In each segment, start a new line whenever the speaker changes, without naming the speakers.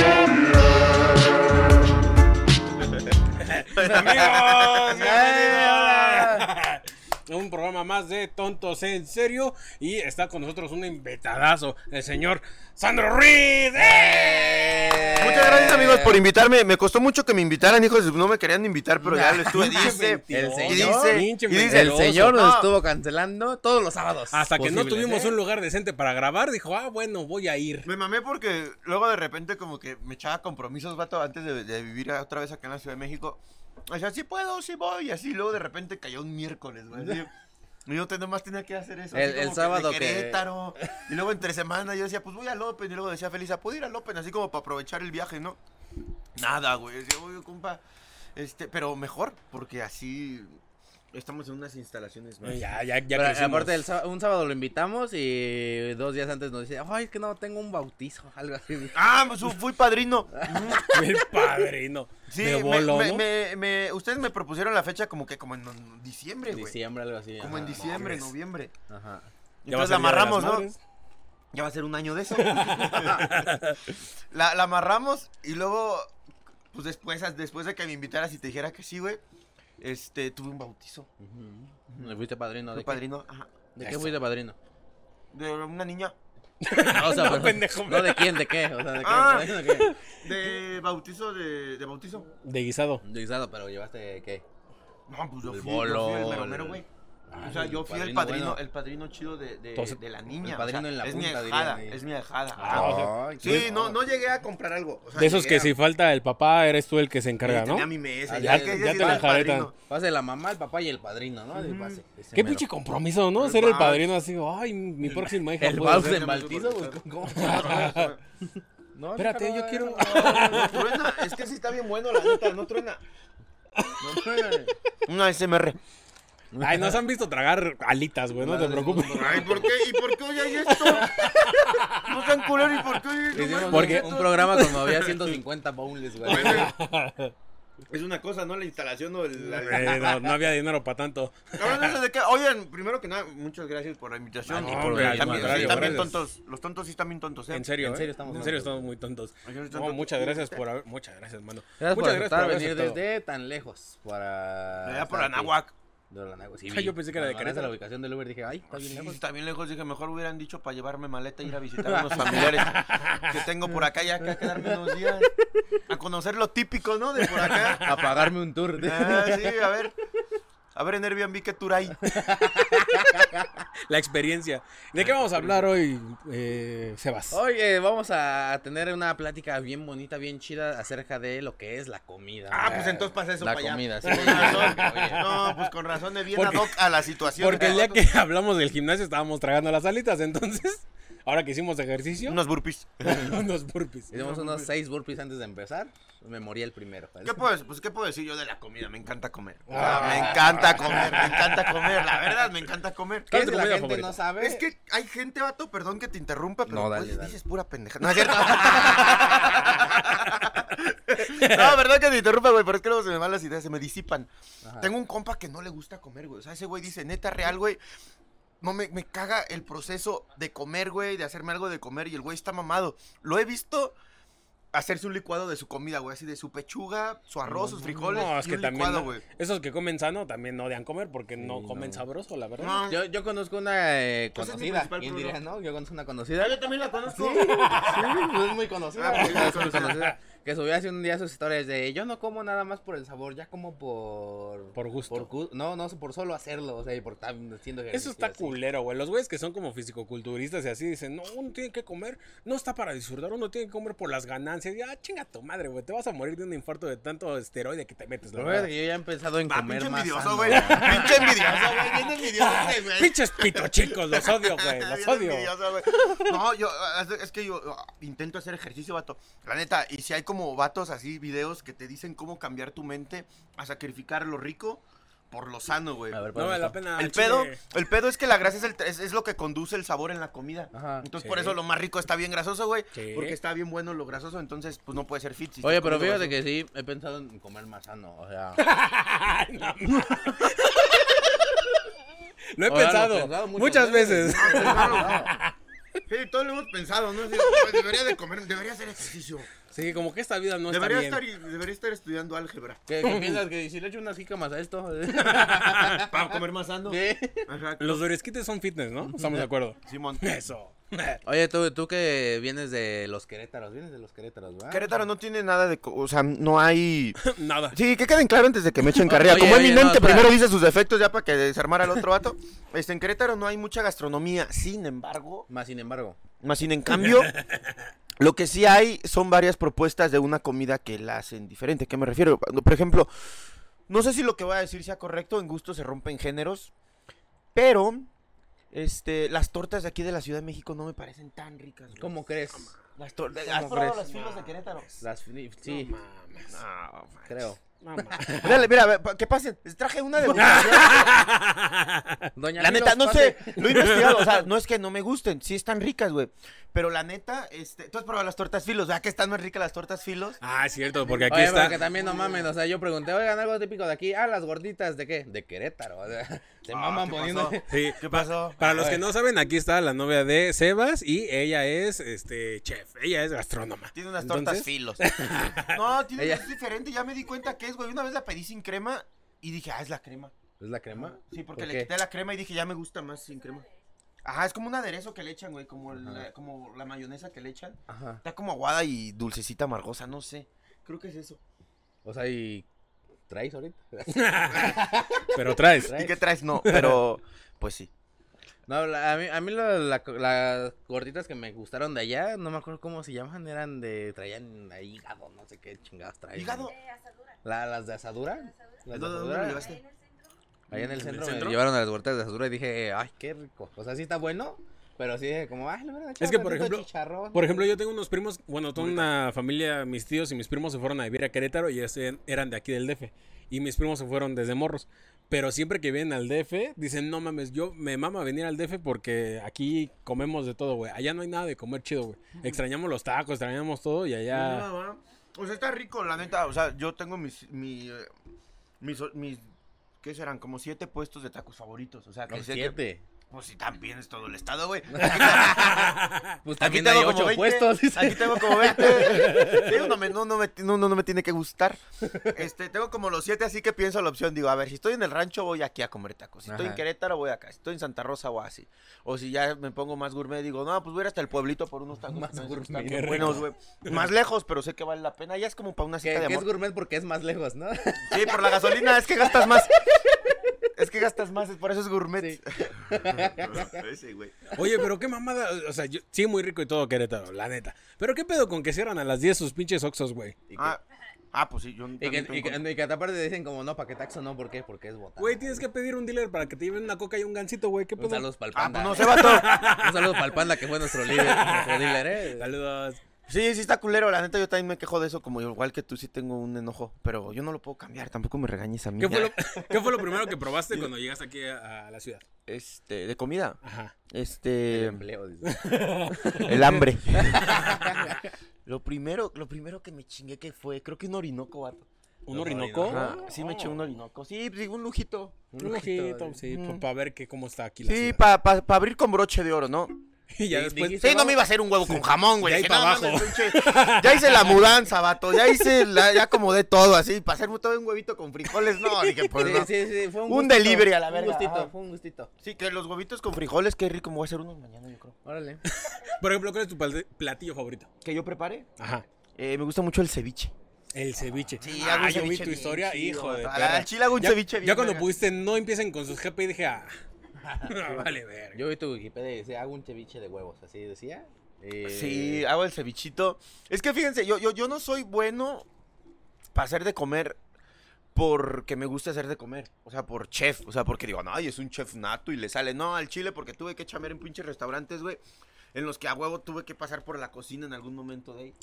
¡Eh!
programa más de Tontos en Serio. Y está con nosotros un invitadazo, el señor Sandro Reed. ¡Eh!
Muchas gracias amigos por invitarme. Me costó mucho que me invitaran, hijos. No me querían invitar, pero ya lo estuve.
Pinche
Dice,
mentiroso,
y dice,
pinche
y dice,
El
mentiroso.
señor nos
No.
estuvo cancelando todos los sábados.
Hasta que no
posibles,
tuvimos
¿eh?
un lugar decente para grabar, dijo, ah, bueno, voy a ir.
Me mamé porque luego de repente como que me echaba compromisos, vato, antes de, de vivir otra vez acá en la Ciudad de México. O sea, sí puedo, sí voy, y así luego de repente cayó un miércoles, güey. así. Y yo te- nomás tenía que hacer eso. así
El-
como
el
que de
sábado que-
Querétaro. Y luego entre semana yo decía, pues voy a López. Y luego decía Felisa, ¿puedo ir a López? Así como para aprovechar el viaje, ¿no? Nada, güey. Decía, oye, compa. Este, pero mejor, porque así estamos en unas instalaciones más.
Ya, ya, ya.
Pero,
crecimos.
aparte, el sá- un sábado lo invitamos y dos días antes nos decía, ay, es que no, tengo un bautizo, algo así.
Ah, su- fui padrino. Mm.
El padrino.
Sí,
de
me-
bolo,
me-
¿no?
me- me- ustedes me propusieron la fecha como que como en no- diciembre, güey.
Diciembre, algo así.
Como en
ajá.
diciembre,
ah, mames.
noviembre.
Ya
Ajá.
va a ser
Entonces la
Día de las
amarramos, ¿no?
Madres.
Ya va a ser un año de eso. la, la amarramos y luego, pues después, después de que me invitaras y te dijera que sí, güey, este, tuve un bautizo.
Ujú. ¿Le fuiste padrino?
Fui
¿De,
padrino, ajá.
Qué, ¿De qué
Eso.
fuiste padrino?
De una niña.
No, o sea,
No,
pero-
pendejo.
no, ¿de quién? ¿De qué? O sea, ¿de qué?
Ah.
¿De qué?
De bautizo, de, de bautizo.
De guisado.
De guisado, pero llevaste qué?
No, pues yo
El
fui, yo fui el
bolo,
meromero,
el-
güey.
Ah,
O sea,
el
yo fui
padrino
el padrino,
bueno.
el padrino chido de, de,
Entonces,
de la niña.
el
o
padrino
sea,
en la
es
punta,
mi
dirían
ajada,
ahí.
es mi ajada.
Ah, o sea,
Sí, no, no llegué a comprar algo. o sea,
De esos que
llegué a-
si falta el papá, eres tú el que se encarga,
Sí,
¿no?
Tenía mi mesa.
Ah,
ya,
ya-
que
ya
ya
te
te
la
el
jaretan.
padrino.
Pase la mamá, el papá y el padrino, ¿no?
Ujú.
Pase, ese
Qué
mero.
pinche compromiso, ¿no?
No
Ser el
mames.
padrino así, ay, mi próxima hija.
El
puede
vals
ser".
en bautizo, güey. ¿Cómo? No,
Espérate,
déjalo,
yo quiero-
déjalo.
No truena, es que sí está bien bueno, la neta, no truena.
No, espérate.
Una SMR.
Ay, nos han visto tragar alitas, güey, no te preocupes.
Ay, ¿por qué? ¿Y por qué hoy hay esto? No tan culero, ¿y por qué hoy hay
Hicimos
esto?
un-
Porque-
un programa cuando había 150 bowls, güey.
Es una cosa, ¿no? La instalación o el... la-
Eh, no, no había dinero para tanto.
Cabrón, no sé de qué. Oigan, primero que nada, muchas gracias por la invitación.
No,
y por
hombre,
venir.
al
también,
contrario,
sí, también
gracias.
tontos. Los tontos sí están bien tontos, ¿eh?
En serio,
En
¿eh?
serio estamos
en
muy
serio
tontos.
estamos muy tontos.
En serio,
No,
tontos.
muchas gracias por haber, muchas gracias, hermano.
Gracias por
muchas
aceptar
haber
venir
aceptado.
desde tan lejos para...
Me da por
estar aquí.
Anahuac.
De la Nahua, sí,
Ay,
vi.
yo pensé que era de
Cuando me mandaste
Querétaro.
la ubicación del Uber dije, ay, está bien
Sí,
lejos.
está bien lejos. Dije, mejor hubieran dicho para llevarme maleta e ir a visitar a unos familiares que tengo por acá y acá quedarme unos días. A conocer lo típico, ¿no? De por acá.
A pagarme un tour.
Ah, sí, a ver. A ver en Airbnb qué tour hay.
La experiencia. ¿De qué vamos a hablar hoy, eh, Sebas?
Oye, vamos a tener una plática bien bonita, bien chida acerca de lo que es la comida.
Ah, pues entonces pasa eso
La
para allá.
comida, sí.
Con razón. No, pues con razón de bien
Porque-
ad hoc a la situación.
Porque el día que hablamos del gimnasio estábamos tragando las alitas, entonces, ahora que hicimos ejercicio,
Unos burpees.
unos burpees.
Hicimos unos seis burpees antes de empezar. Me morí el primero.
pues. ¿Qué puedo, decir? pues, ¿Qué puedo decir yo de la comida? Me encanta comer. O sea,
Ah.
me encanta comer, me encanta comer. La verdad, me encanta comer.
¿Qué
¿Cuál es
si
tu
la
comida
gente
favorita?
no sabe?
Es que hay gente, vato, perdón que te interrumpa, pero
No, dale,
pues,
dale.
dices pura pendeja. No, es cierto. no, perdón que te interrumpa, güey, pero es que luego se me van las ideas, se me disipan.
Ajá.
Tengo un compa que no le gusta comer, güey. O sea, ese güey dice, neta, real, güey. No, me, me caga el proceso de comer, güey, de hacerme algo de comer. Y el güey está mamado. Lo he visto hacerse un licuado de su comida, güey. Así de su pechuga, su arroz, sus frijoles.
No, es
y
que
un
también.
licuado,
no-
güey.
esos que comen sano también no odian comer porque no
Sí,
comen
no.
sabroso, la verdad.
No.
Yo, yo conozco una eh,
Ese Pues es mi
conocida.
principal
¿Quién
problema.
diría, no? Yo conozco una conocida.
Yo también la conozco.
Sí, pues, es muy conocida.
Ah, pues,
es
sí,
muy
sí.
conocida. Que subió hace un día sus historias de yo no como nada más por el sabor, ya como por.
Por gusto.
por gu- no, no, por solo hacerlo, o sea, y por estar haciendo
Eso
ejercicio.
está
así.
culero, güey. Los güeyes que son como fisicoculturistas y así dicen, no, uno tiene que comer, no está para disfrutar, uno tiene que comer por las ganancias. Ya, ah, chinga tu madre, güey, te vas a morir de un infarto de tanto esteroide que te metes, la
Lo bueno es
verdad.
que yo ya he pensado en
Va,
comer
Ah, pinche
más.
envidioso,
sano.
güey. Pinche envidioso, güey. Bien envidioso, este, güey.
Ah, Pinches pito chicos, los odio, güey, los
Bien
odio.
envidioso, güey. No, yo, es- es que yo ah, intento hacer ejercicio, vato. La neta, y si hay como vatos así, videos que te dicen cómo cambiar tu mente a sacrificar lo rico por lo sano, güey.
A ver,
No vale la pena.
El
chile.
pedo, el pedo es que la grasa es, el- es- es lo que conduce el sabor en la comida.
Ajá.
entonces,
Sí.
por eso lo más rico está bien grasoso, güey.
Sí.
Porque está bien bueno lo grasoso, entonces, pues no puede ser fit. si
Oye,
estás
pero
comiendo
fíjate que sí, he pensado en comer más sano, o sea.
Ay, no, ma- Lo he
Ahora lo he
pensado,
pensado
muchas
muchas veces.
veces.
grasoso. Sí, todos lo hemos pensado, ¿no? Así, "Ay, debería de comer, debería hacer ejercicio.
Sí, como que esta vida no está
Debería
bien.
estar, debería estar estudiando álgebra.
¿Qué, qué piensas? Que si le echo unas jícamas a esto.
Para comer más sano.
¿Qué?
Ajá.
Los doresquites son fitness, ¿no? Estamos de acuerdo.
Simón.
Eso.
Oye, tú, tú que vienes de los Querétaros, vienes de los Querétaros, ¿verdad?
Querétaro no tiene nada de... co- O sea, no hay...
Nada.
Sí, que queden claro antes de que me echen carrera.
Oye,
Como
oye, no,
eminente,
espera.
primero dice sus defectos ya para que desarmara al otro vato. Este, en Querétaro no hay mucha gastronomía, sin embargo.
Más sin embargo.
Más sin en cambio, lo que sí hay son varias propuestas de una comida que la hacen diferente. ¿A qué me refiero? Por ejemplo, no sé si lo que voy a decir sea correcto, en gusto se rompen géneros, pero este, las tortas de aquí de la Ciudad de México no me parecen tan ricas. güey.
¿Cómo crees?
Las tortas.
¿Cómo
¿Has probado
crees?
las filas de Querétaro?
Las fini- sí,
No mames.
No, man.
creo.
No mames.
Dale, mira, ve, pa- que pasen. Les traje una de
Doña
La
Milos,
neta, no
pase.
sé, lo he investigado, o sea, no es que no me gusten, sí están ricas, güey. Pero la neta, este, tú has probado las tortas filos, ¿verdad que están más ricas las tortas filos?
Ah, es cierto, porque aquí
Oye,
está.
pero que también no mamen, o sea, yo pregunté, oigan, algo típico de aquí, ah, las gorditas, ¿de qué? De Querétaro, o sea, se
Ah,
maman
¿qué
poniendo...
pasó?
Sí.
¿Qué pasó?
Para los que
Ay.
no saben, aquí está la novia de Sebas y ella es este chef, ella es gastrónoma.
Tiene unas tortas
Entonces,
filos. No, tiene
Ella-
es diferente, ya me di cuenta que es, güey. Una vez la pedí sin crema y dije, ah, es la crema.
¿Es la crema?
Sí, porque
¿Por
le
qué?
quité la crema y dije, ya me gusta más sin crema. Ajá, es como un aderezo que le echan, güey, como, la,
Ajá.
como la mayonesa que le echan.
Ajá,
Está como aguada y dulcecita amargosa, no sé. Creo que es eso.
o sea, ¿y traes ahorita?
Pero traes.
¿Traes?
¿Y qué traes? No, pero pues sí.
No, la- a mí, a mí la- la- las gorditas que me gustaron de allá, no me acuerdo cómo se llaman, eran de, traían ahí hígado, no sé qué chingados traían.
Hígado.
De asadura.
La- las de asadura. Las de
¿Dónde- dónde
asadura,
lo llevaste?
Ahí en el centro.
¿En
Allá en el
el
centro,
centro?
me llevaron a las gorditas de asadura y dije, ay, qué rico. O sea, sí está bueno, pero sí dije como, ay, le hubieran echado
Es que,
un
por
ratito de
ejemplo,
chicharrón".
Por ejemplo, yo tengo unos primos, bueno, toda una familia, mis tíos y mis primos se fueron a vivir a Querétaro y ese- eran de aquí del DF. Y mis primos se fueron desde morros. Pero siempre que vienen al DF, dicen, no mames, yo me mama venir al DF porque aquí comemos de todo, güey. Allá no hay nada de comer chido, güey. Extrañamos los tacos, extrañamos todo y allá...
No, va. O sea, está rico, la neta. O sea, yo tengo mis, mi, eh, mis, mis, ¿qué serán? Como siete puestos de tacos favoritos. O sea, que
Con
sé que-
Ah, siete.
Pues si también es todo el estado, güey.
Ah,
Pues
Aquí
también hay
tengo como
ocho
20,
puestos. dice.
Aquí tengo como 20. Sí, no, me, no, no me, no, no, no me tiene que gustar. Este, tengo como los siete, así que pienso la opción. Digo, a ver, si estoy en el rancho, voy aquí a comer tacos. Si estoy en
Ajá.
Querétaro, voy acá. Si estoy en Santa Rosa, voy así. O si ya me pongo más gourmet, digo, no, pues voy a ir hasta el pueblito por unos tacos.
Más
que me
gourmet,
gustan,
qué
buenos, güey. Más lejos, pero sé que vale la pena. Ya es como Ah, para una
Que,
cita de
que es
amor.
gourmet porque es más lejos, ¿no?
Sí, por la gasolina, es que gastas más. Es que gastas más, es- por eso es gourmet. Ese, güey.
Oye, pero qué mamada... O sea, yo- sí, muy rico y todo Querétaro, la neta. Pero qué pedo con que cierran a las 10 sus pinches oxos, güey.
Y que-
Ah, ah, pues sí, yo
Y que,
también tengo
y
con-
que, y que aparte dicen como, no, ¿para qué taxo? No, ¿por qué? Porque es botana.
Güey, tienes que pedir un dealer para que te lleven una coca y un gancito, güey. ¿Qué
Un
pedo?
saludo para el
Ah,
panda.
pues no se va todo.
Un saludo para el panda que fue nuestro líder. nuestro dealer, ¿eh?
Saludos.
Sí, sí está culero, la neta yo también me quejo de eso, como igual que tú sí tengo un enojo, pero yo no lo puedo cambiar, tampoco me regañes a mí.
¿Qué fue, lo, qué fue lo primero que probaste cuando llegaste aquí a, a la ciudad?
Este, de comida,
Ajá.
este,
Empleo, dice.
el hambre. lo primero, lo primero que me chingué que fue, creo que un orinoco, vato.
¿Un
No,
orinoco?
no,
Ajá, Sí me eché un orinoco, sí, pues, digo, un lujito.
Un ojito, pues. sí,
Mm.
para ver que, cómo está aquí la
Sí,
ciudad.
para pa, pa abrir con broche de oro, ¿no?
y ya
Sí,
después...
dijiste-
Sí, no me iba a hacer un huevo con jamón, güey.
De ahí
Dije,
pa'
"No, mames,
abajo".
pinche". Ya hice la mudanza, vato. Ya hice, la, ya acomodé todo así. Para hacerme todo un huevito con frijoles, no. Dije, pues no.
Sí, sí, sí, fue un,
Un
gustito,
delivery a la verga,
Un gustito,
ajá.
fue un gustito.
Sí, que los huevitos con frijoles, qué rico. Me voy a hacer unos mañana, yo creo.
Órale.
Por ejemplo, ¿cuál es tu pal- platillo favorito?
¿Que yo prepare?
Ajá.
Eh, me gusta mucho el ceviche.
El ceviche.
Sí,
ah,
hago un
yo vi
ceviche
tu
bien
historia,
chido,
hijo de
vato. Al-
perra.
al chile hago un
ya,
ceviche bien
ya cuando
verga.
pudiste no empiecen con sus GP, dije, ah, vale, verga.
Yo vi tu Wikipedia y decía, hago un ceviche de huevos, así decía. Eh,
Sí, ah. hago el cevichito. Es que fíjense, yo, yo, yo no soy bueno para hacer de comer porque me gusta hacer de comer. O sea, por chef. O sea, porque digo, no, y es un chef nato y le sale. No, al chile porque tuve que chamar en pinches restaurantes, güey. En los que a huevo tuve que pasar por la cocina en algún momento de ahí.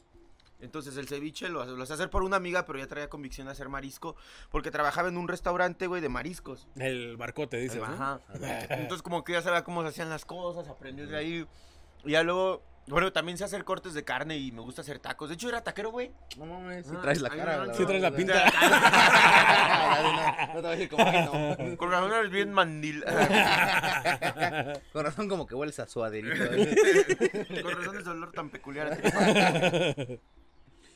Entonces el ceviche lo, lo sé hacer por una amiga, pero ya traía convicción de hacer marisco. Porque trabajaba en un restaurante, güey, de mariscos.
El barcote, dices, ¿no?
Ajá. Entonces como que ya sabía cómo se hacían las cosas, aprendió de ahí. Y ya luego Bueno, también sé hacer cortes de carne y me gusta hacer tacos. De hecho, era taquero, güey.
No mames, si
Ah,
traes la
ahí
cara.
no,
¿verdad?
Sí traes la pinta.
no, no te voy a decir como que no.
Con razón eres bien mandil.
Con razón como que hueles a suaderito. ¿eh?
Con razón ese olor tan peculiar. De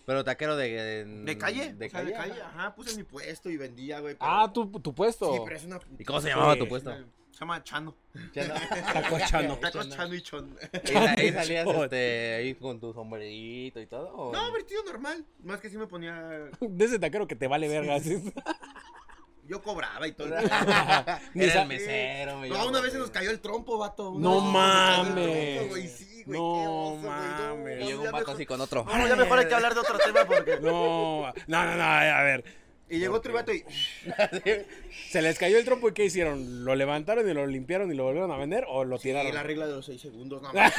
Pero taquero de... ¿De
calle.
De
o sea,
calle.
de calle. Ajá, puse mi puesto y vendía, güey. pero-
Ah, tu, tu puesto.
Sí, pero es una
¿Y
puta.
cómo se llamaba
Sí.
tu puesto?
Se llama Chano.
Chano.
Taco Chano.
Tacos Chano y Chon.
¿Y ahí salías
Chon.
este, ahí con tu sombrerito y todo? ¿o?
No, vestido normal. Más que sí me ponía.
De ese taquero que te vale verga. así.
Yo cobraba y todo.
Ni
Era
sa-
el mesero. me
No,
llamo,
una vez se
güey.
nos cayó el trompo, vato. Una
No
vez se nos cayó el
mames.
trompo, güey, sí, güey,
No
qué oso, güey, no,
mames.
Y
ya
llegó un vato
mejor-
así con otro.
No, ya mejor hay que hablar de otro tema porque.
No, no, no, no, a ver.
Y llegó otro vato y.
¿Se les cayó el trompo y qué hicieron? ¿Lo levantaron y lo limpiaron y lo volvieron a vender o lo
Y
tiraron?
la regla de los 6 segundos, no mames.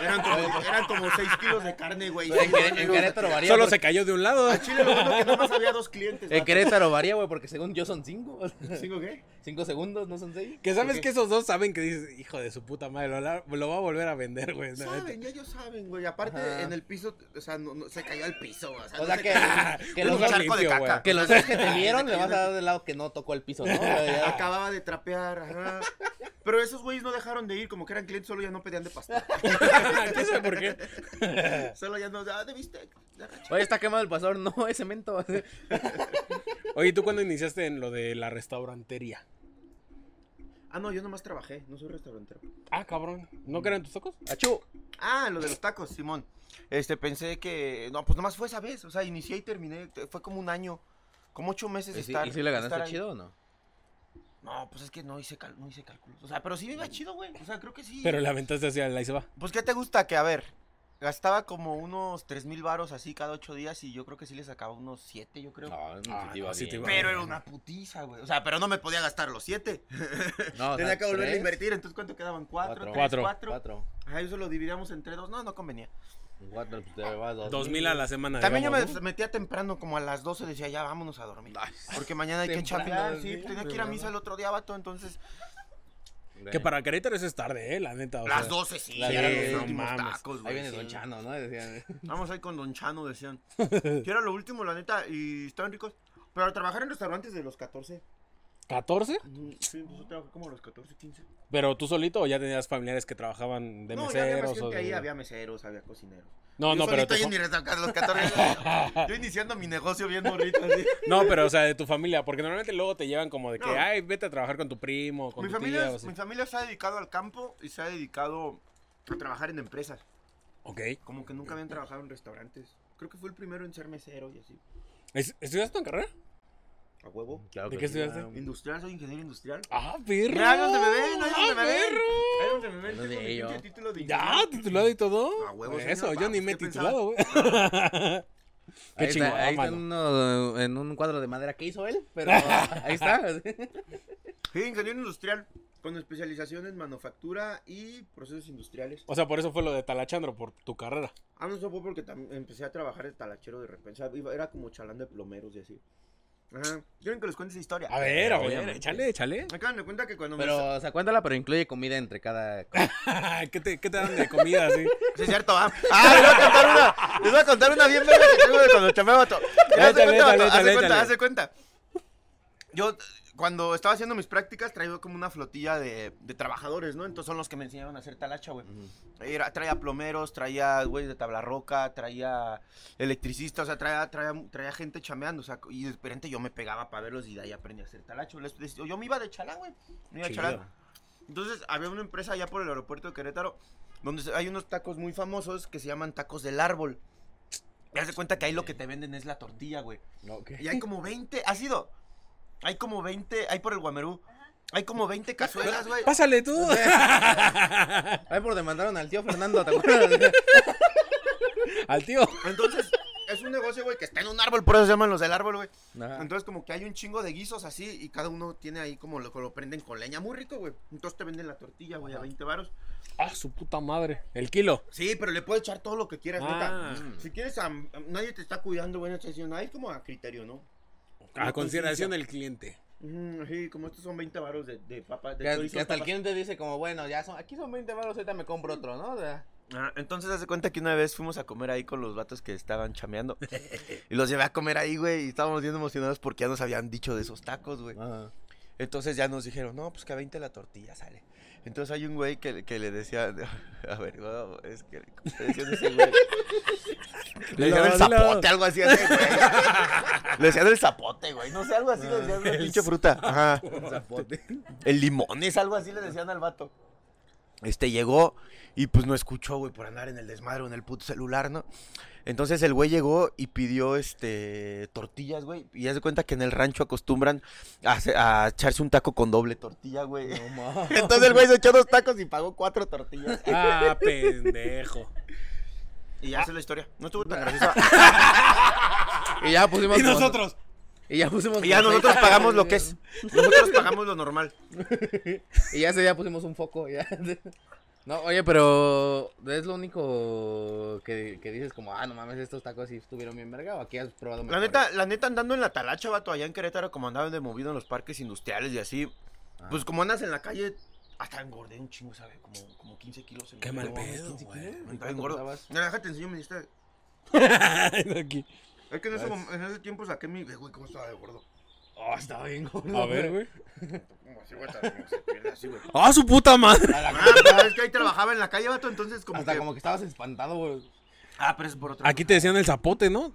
Eran como, eran como 6 kilos de carne, güey.
En, Quere- en Querétaro varía.
Solo
porque-
se cayó de un lado.
A Chile lo bueno que nada más había dos clientes.
En Querétaro varía, güey, porque según yo son cinco. o sea,
vato. ¿Cinco qué?
Cinco segundos, no son seis.
Que sabes que esos dos saben que dices, hijo de su puta madre, lo, la- lo va a volver a vender, güey. la neta.
Saben, ya ellos saben, güey. Aparte,
Ajá.
en el piso, o sea, no, no- se cayó al piso. O sea,
O
no
sea
se
que,
cayó.
que
Un
los,
lugar
dos,
charco de
limpio, güey.
caca.
que los dos que te vieron le vas a dar del lado que no tocó el piso, ¿no? Ya-
Acababa de trapear, ajá. Pero esos güeyes no dejaron de ir, como que eran clientes, solo ya no pedían de pastel.
¿Quién sabe por qué?
Solo ya no, ah, de bistec. de racha.
Oye, está quemado el pasador. No, es cemento.
Oye, ¿tú cuándo iniciaste en lo de la restaurantería?
Ah, no, yo nomás trabajé, no soy restaurantero.
Ah, cabrón. ¿No eran tus tacos?
Achú.
Ah, lo de los tacos, Simón. Este, pensé que, no, pues nomás fue esa vez, o sea, inicié y terminé, te- fue como un año, como ocho meses
¿Y si,
estar.
y si le
estar
ganaste
ahí.
chido o no?
No, pues es que no hice, cal- no hice cálculos, o sea, pero sí me iba chido, güey, o sea, creo que sí.
Pero la aventaste hacia la y se va.
Pues, ¿qué te gusta? Que, a ver, gastaba como unos tres mil varos así cada ocho días y yo creo que sí le sacaba unos siete, yo creo.
No,
Ah,
no, si te
no,
iba
sí te
bien.
iba
Pero era una putiza, güey. O sea, pero no me podía gastar los siete.
No, o sea,
Tenía que volver a
tres,
invertir. Entonces, ¿cuánto quedaban? ¿Cuatro?
Cuatro.
¿Tres?
Cuatro.
¿Cuatro?
Cuatro.
Ajá, eso lo dividíamos entre dos. No, no convenía.
Cuatro, pues, te vas dos.
Dos mil a la semana.
También yo me
digamos, ¿no?
metía temprano, como a las 12, decía, ya vámonos a dormir.
Ay,
Porque mañana hay que
temprano,
chambear.
sí,
Sí, tenía que ir a
temprano.
misa el otro día, vato. Entonces,
Que para Querétaro eso es tarde, eh, la neta. o
las
sea.
12, sí.
las
eran
doce,
los
no
últimos
mames.
tacos,
Ahí
güey.
viene
sí.
Don Chano, ¿no? Decían.
Vamos ahí con Don Chano, decían. Que era lo último, la neta. Y estaban ricos. Pero trabajar en restaurantes de los 14.
¿14?
Mm, Sí, pues yo trabajé como a los 14, 15.
¿Pero tú solito o ya tenías familiares que trabajaban de
no, ya había más
meseros? o
gente
de-
ahí. Había meseros, había cocineros.
No,
Yo
no, pero...
solito
tu
ahí en
fa-
mi restaurante, los 14. Yo iniciando mi negocio bien morrito. así.
No, pero, o sea, de tu familia. Porque normalmente luego te llevan como de que,
No.
ay, vete a trabajar con tu primo, con
Mi
tu
familia,
tía o
es-
así.
mi familia se ha dedicado al campo y se ha dedicado a trabajar en empresas.
Ok.
Como que nunca habían trabajado en restaurantes. Creo que fue el primero en ser mesero y así.
¿Es- ¿Estudiaste en carrera?
A huevo.
Claro
¿De
que
qué
sí,
estudiaste?
ah,
Industrial, soy ingeniero industrial.
Mm. ¡Ah, perro!
Mira, ahí donde me ven, ahí donde
¡Ah,
me ven.
perro!
Ahí donde me ven,
No
tengo
de
mi
ello.
pinche título de
Ya,
ingeniero.
titulado y todo.
A huevo,
Eso,
señor,
yo ni
vamos,
me he
¿qué
titulado, güey. Qué
Ahí está-
chingón,
ahí está
mano.
en uno- en un cuadro de madera que hizo él, pero ahí está.
Sí, ingeniero industrial. Con especialización en manufactura y procesos industriales.
O sea, por eso fue lo de Talachandro, por tu carrera.
Ah, no, eso fue porque tam- empecé a trabajar de talachero de repente. O sea, iba- era como chalán de plomeros y así. Ajá. ¿Quieren que les cuente esa historia?
Eh,
A ver, a ver,
Obviamente.
échale, échale.
Me acaban de cuenta que cuando me...
Pero, o sea, cuéntala, pero incluye comida entre cada.
¿Qué te, ¿Qué te dan de comida así?
Sí, es cierto, va. Ah, les voy a contar una. Les voy a contar una bien verga que tengo de cuando chamé vato. Ya, Haz de
Échale,
cuenta,
échale,
vato, haz de
échale.
cuenta, haz de cuenta. Yo, cuando estaba haciendo mis prácticas, traía como una flotilla de, de trabajadores, ¿no? Entonces son los que me enseñaron a hacer talacha, güey. Era- traía plomeros, traía güeyes de tabla roca, traía electricistas, o sea, traía, traía, traía gente chameando, o sea, y de repente yo me pegaba para verlos y de ahí aprendí a hacer talacho. Les- les- yo me iba de chalán, güey. Me iba de
Chido.
chalán. Entonces, había una empresa allá por el aeropuerto de Querétaro donde se- hay unos tacos muy famosos que se llaman tacos del árbol. Y haz de cuenta que ahí lo que te venden es la tortilla, güey.
Ok.
Y hay como 20, ¿has ido? Hay como 20, hay por el Guamerú. Hay como 20 cazuelas, güey.
Pásale tú.
Ay, por demandaron al tío Fernando, ¿te acuerdas?
Al tío.
Entonces, es un negocio, güey, que está en un árbol, por eso se llaman los del árbol, güey.
Ajá.
Entonces, como que hay un chingo de guisos así y cada uno tiene ahí como lo, lo prenden con leña, muy rico, güey. Entonces te venden la tortilla, güey, a 20 varos.
Ah, su puta madre. El kilo.
Sí, pero le puedes echar todo lo que quieras,
Ah.
neta. Si quieres, am- am- nadie te está cuidando, güey, en esta sesión. Ahí es como a criterio, ¿no?
A consideración del cliente.
Ujú, sí, como estos son 20 varos de, de papas. De
Que,
chorizo,
que hasta el
papas.
cliente dice como, bueno, ya son, aquí son 20 baros, ahorita me compro otro, ¿no? O sea,
Ah, entonces hace cuenta que una vez fuimos a comer ahí con los vatos que estaban chameando. y los llevé a comer ahí, güey. Y estábamos bien emocionados porque ya nos habían dicho de esos tacos, güey.
Ajá.
Entonces ya nos dijeron, no, pues que a 20 la tortilla sale. Entonces hay un güey que, que le decía, a ver, no, es que ¿cómo te decían ese güey. Le decían el
Dilo, dilo.
zapote, algo así. a ese güey. Le decían el zapote, güey. No sé, algo así le decían una
El
pinche fruta. Ajá.
Un zapote.
El limón es algo así, le decían al vato. Este llegó y pues no escuchó, güey, por andar en el desmadre o en el puto celular, ¿no? Entonces el güey llegó y pidió este tortillas, güey. Y ya se cuenta que en el rancho acostumbran a, hacer- a echarse un taco con doble tortilla, güey.
No mames.
Entonces el güey se echó dos tacos y pagó cuatro tortillas.
Ah, pendejo.
Y ya es la historia. No estuvo tan graciosa.
Y ya pusimos.
Y
como-
nosotros.
Y ya pusimos.
Y ya
como
nosotros
seis-
pagamos lo que es. Nosotros pagamos lo normal.
Y ya ese día pusimos un foco. Ya. No, oye, pero es lo único que, que dices como, ah, no mames, estos tacos sí estuvieron bien verga o aquí has probado
La
mejores?
neta, la neta andando en la talacha, vato, allá en Querétaro, como andaban de movido en los parques industriales y así,
Ah.
pues como andas en la calle, hasta engordé un chingo, ¿sabes? Como, como 15 kilos.
Qué mal
engordé.
pedo,
¿quién
güey.
se quiere?
Me andaba
¿Y cuánto
engordo.
pesabas?
Mira, déjate enseño mi lista.
Aquí.
Es que en ese,
Vas.
mom- en ese tiempo saqué mi... eh, Güey, ¿cómo estaba de gordo?
Oh, estaba bien gordo.
A ver, güey.
Como así, güey, hasta como se pierde así, güey.
¡Ah, su puta madre!
A la-
Ah, pero es que ahí trabajaba en la calle, vato, entonces como
Hasta
que...
como que estabas espantado, güey.
Ah, pero es por otro
Aquí te decían el zapote, ¿no?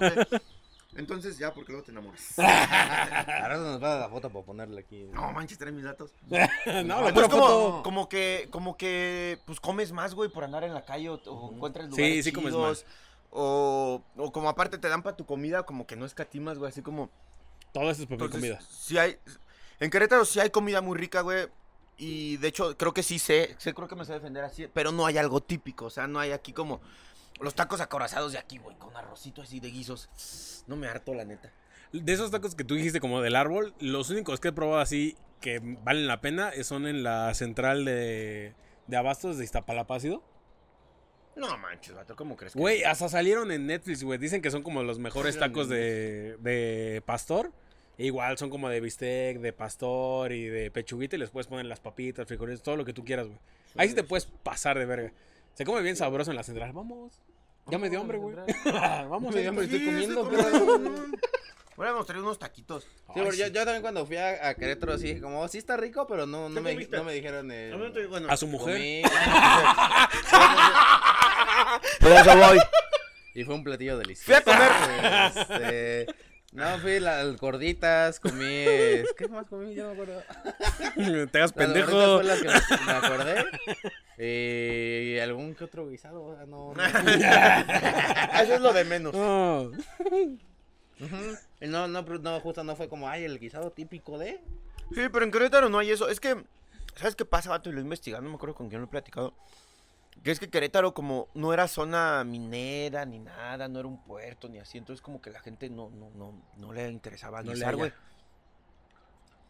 Entonces ya, porque luego te enamoras.
Ahora se nos va la foto para ponerle aquí.
No, manches, trae mis datos.
no,
Ah,
la
pues
pura
como,
foto.
como que, como que, pues comes más, güey, por andar en la calle o, o encuentras
Sí,
lugares
sí comes
chidos, O, o como aparte te dan para tu comida, como que no escatimas, güey, así como.
Todo eso es para mi
Entonces,
comida.
sí hay, en Querétaro sí hay comida muy rica, güey. Y de hecho, creo que sí sé, sé, creo que me sé defender así, pero no hay algo típico, o sea, no hay aquí como los tacos acorazados de aquí, güey, con arrocito así de guisos. No me harto, la neta.
De esos tacos que tú dijiste como del árbol, los únicos que he probado así que valen la pena son en la central de, de Abastos de Iztapalapa, ¿ha sido?
No manches, vato, ¿cómo crees que?
Güey, hasta salieron en Netflix, güey. Dicen que son como los mejores tacos de, de pastor. E igual son como de bistec, de pastor y de pechuguita y les puedes poner las papitas, frijoles, todo lo que tú quieras, güey. Ahí sí te puedes pasar de verga. Se come bien sabroso en la central. Vamos. Ya me dio hambre, güey. Vamos,
Me
ya
dio
me
hambre.
estoy
estoy comiendo,
Ahora me traído unos taquitos.
Sí,
Ay,
porque yo,
sí.
yo también cuando fui a, a Querétaro, sí, como, sí está rico, pero no, no,
¿Qué
me,
comiste?
no me dijeron el...
bueno.
A su mujer.
Comí-
Por eso voy.
y fue un platillo delicioso.
Fui a
comer. no, fui las gorditas, comí... es- ¿Qué más comí? Yo no me acuerdo.
Te hagas
Las gorditas
pendejo.
fue las que me, me acordé. Eh, Y algún que otro guisado, o sea, no... no-
Eso es lo de menos.
No.
Ujú. Y No, no, pero no, justo no fue como, ay, el guisado típico de...
Sí, pero en Querétaro no hay eso. Es que, ¿sabes qué pasa, vato? Y lo he investigado, no me acuerdo con quién lo he platicado. Que es que Querétaro, como no era zona minera ni nada, no era un puerto ni así. Entonces, como que la gente no, no, no, no le interesaba
No le
guisar,
halla.
güey.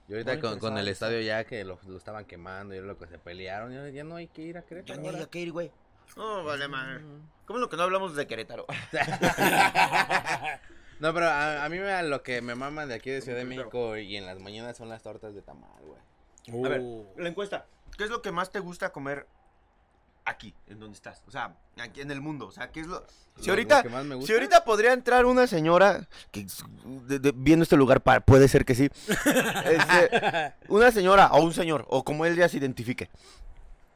Y ahorita
No,
con, con el
interesante.
estadio ya que lo, lo estaban quemando y lo que se pelearon, ya, ya no hay que ir a
Ya
Querétaro.
ni
ahora.
había que ir, güey. No, vale, man.
Ujú.
¿Cómo es lo que no hablamos de Querétaro?
No, pero a, a mí me- lo que me maman de aquí de Ciudad de México y en las mañanas son las tortas de tamal, güey.
A ver,
Uh.
la encuesta. ¿Qué es lo que más te gusta comer aquí, en donde estás? O sea, aquí en el mundo. O sea, ¿qué es lo. Si
Lo- lo
ahorita,
que más me gusta.
si ahorita podría entrar una señora, que s- de- de- viendo este lugar, pa- puede ser que sí. Este, una señora o un señor, o como él ya se identifique.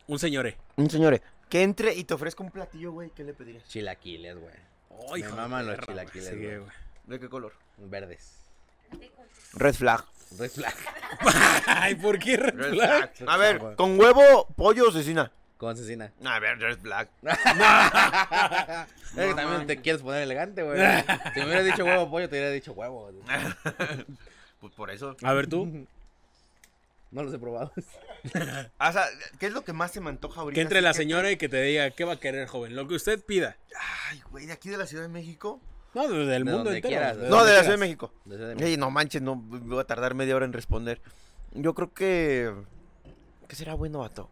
Un señore.
Un señor que entre y te ofrezca un platillo, güey, ¿qué le pedirías?
Chilaquiles, güey.
Ay,
me
hijo de
maman los
perra, güey.
chilaquiles,
Sí,
güey.
güey.
¿De qué color?
Verdes.
Red flag.
Red flag.
Ay, ¿por qué red flag?
A ver, ¿con huevo, pollo o cecina?
Con cecina.
A ver, red flag.
Es que también te quieres poner elegante, güey. Si me hubieras dicho huevo pollo, te hubiera dicho huevo. güey.
Pues por eso.
A ver tú,
No los he probado.
Ah, O sea, ¿qué es lo que más se me antoja ahorita?
que entre
Así
la señora y que te diga qué va a querer, joven. Lo que usted pida.
Ay, güey, de aquí de la Ciudad de México.
No, de- del
De
mundo
donde
entero.
quieras,
de
¿no?
No,
donde
de la Ciudad
quieras.
de México.
De Ciudad de México.
Ey, no manches, no me voy a tardar media hora en responder. Yo creo que. ¿Qué será bueno, vato?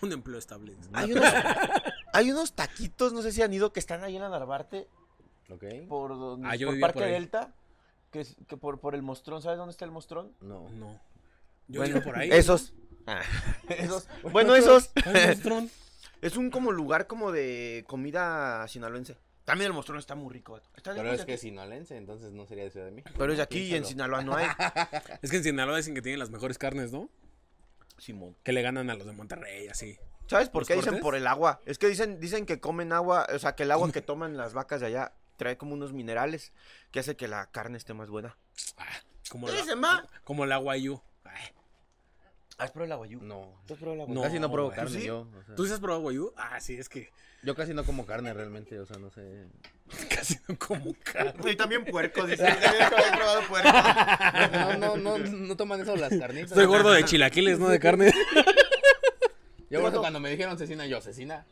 Un empleo estable.
Hay unos, hay unos taquitos, no sé si han ido, que están ahí en la Narvarte,
Ok.
por, donde-
Ah, yo
por
vivía
Parque
por ahí.
Delta, que, es- que por, por el mostrón. ¿Sabes dónde está el mostrón?
No.
No. Yo
Bueno,
digo por ahí.
Esos. Ah. Esos- bueno, esos.
Ay, monstruón.
Es un como lugar como de comida sinaloense. También el mostrón está muy rico. vato. Está
Pero es
lejos de
que es
aquí.
sinolense, entonces no sería de Ciudad de México.
Pero es de aquí y en
Piénsalo.
Sinaloa no hay.
Es que en Sinaloa dicen que tienen las mejores carnes, ¿no?
Simón.
Que le ganan a los de Monterrey, así.
¿Sabes por
¿Los
qué dicen
cortes?
por el agua? Es que dicen, dicen que comen agua, o sea, que el agua que toman las vacas de allá trae como unos minerales que hace que la carne esté más buena.
Ah, Como
¿Qué
la-
dice, ma?
Como el agua Ayu. Ay,
¿Has probado el aguayú?
No.
¿Tú has probado el
No,
Pues casi no probo
güey.
carne
¿Tú sí?
yo. o sea,
¿Tú sí has probado Ayu? Ah, sí, es que
Yo casi no como carne realmente, o sea, no sé.
casi no como carne.
Y también puerco, dice. También he probado puerco.
No, no, no, no toman eso las carnitas.
Estoy gordo de chilaquiles, ¿no? De carne.
Yo por eso
Gordo.
cuando me dijeron cecina, yo, cecina.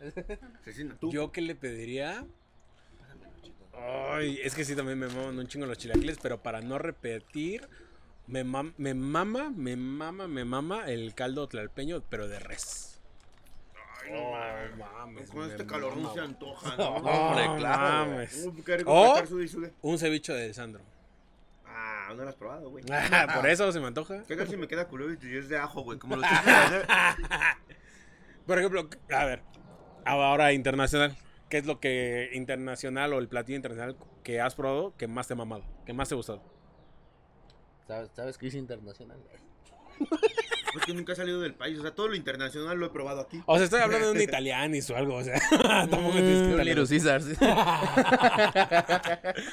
¿Tú?
Yo que le pediría. Ay, es que sí, también me maman un chingo los chilaquiles, pero para no repetir, me, mam- me mama, me mama, me mama el caldo tlalpeño, pero de res. Ay, no mames. este me
este
mama, güey.
antoja,
No,
Hombre, claro, güey.
mames.
Uh, qué rico
O-
estar sude y sude.
Un ceviche de Sandro.
Ah, no lo has probado, güey.
Por eso se me antoja.
¿Qué tal si me queda culero y te- y es de ajo, güey? Como lo hacer.
Por ejemplo, a ver, ahora internacional. ¿Qué es lo que internacional o el platillo internacional que has probado que más te ha mamado? Que más te ha gustado.
¿Sabes, ¿Sabes qué hice internacional?
Pues que nunca he salido del país. O sea, todo lo internacional lo he probado aquí.
O sea, estoy hablando de un italianis o algo, o sea, tampoco
Mm,
tienes que
Un
italiano.
Little Caesar, sí.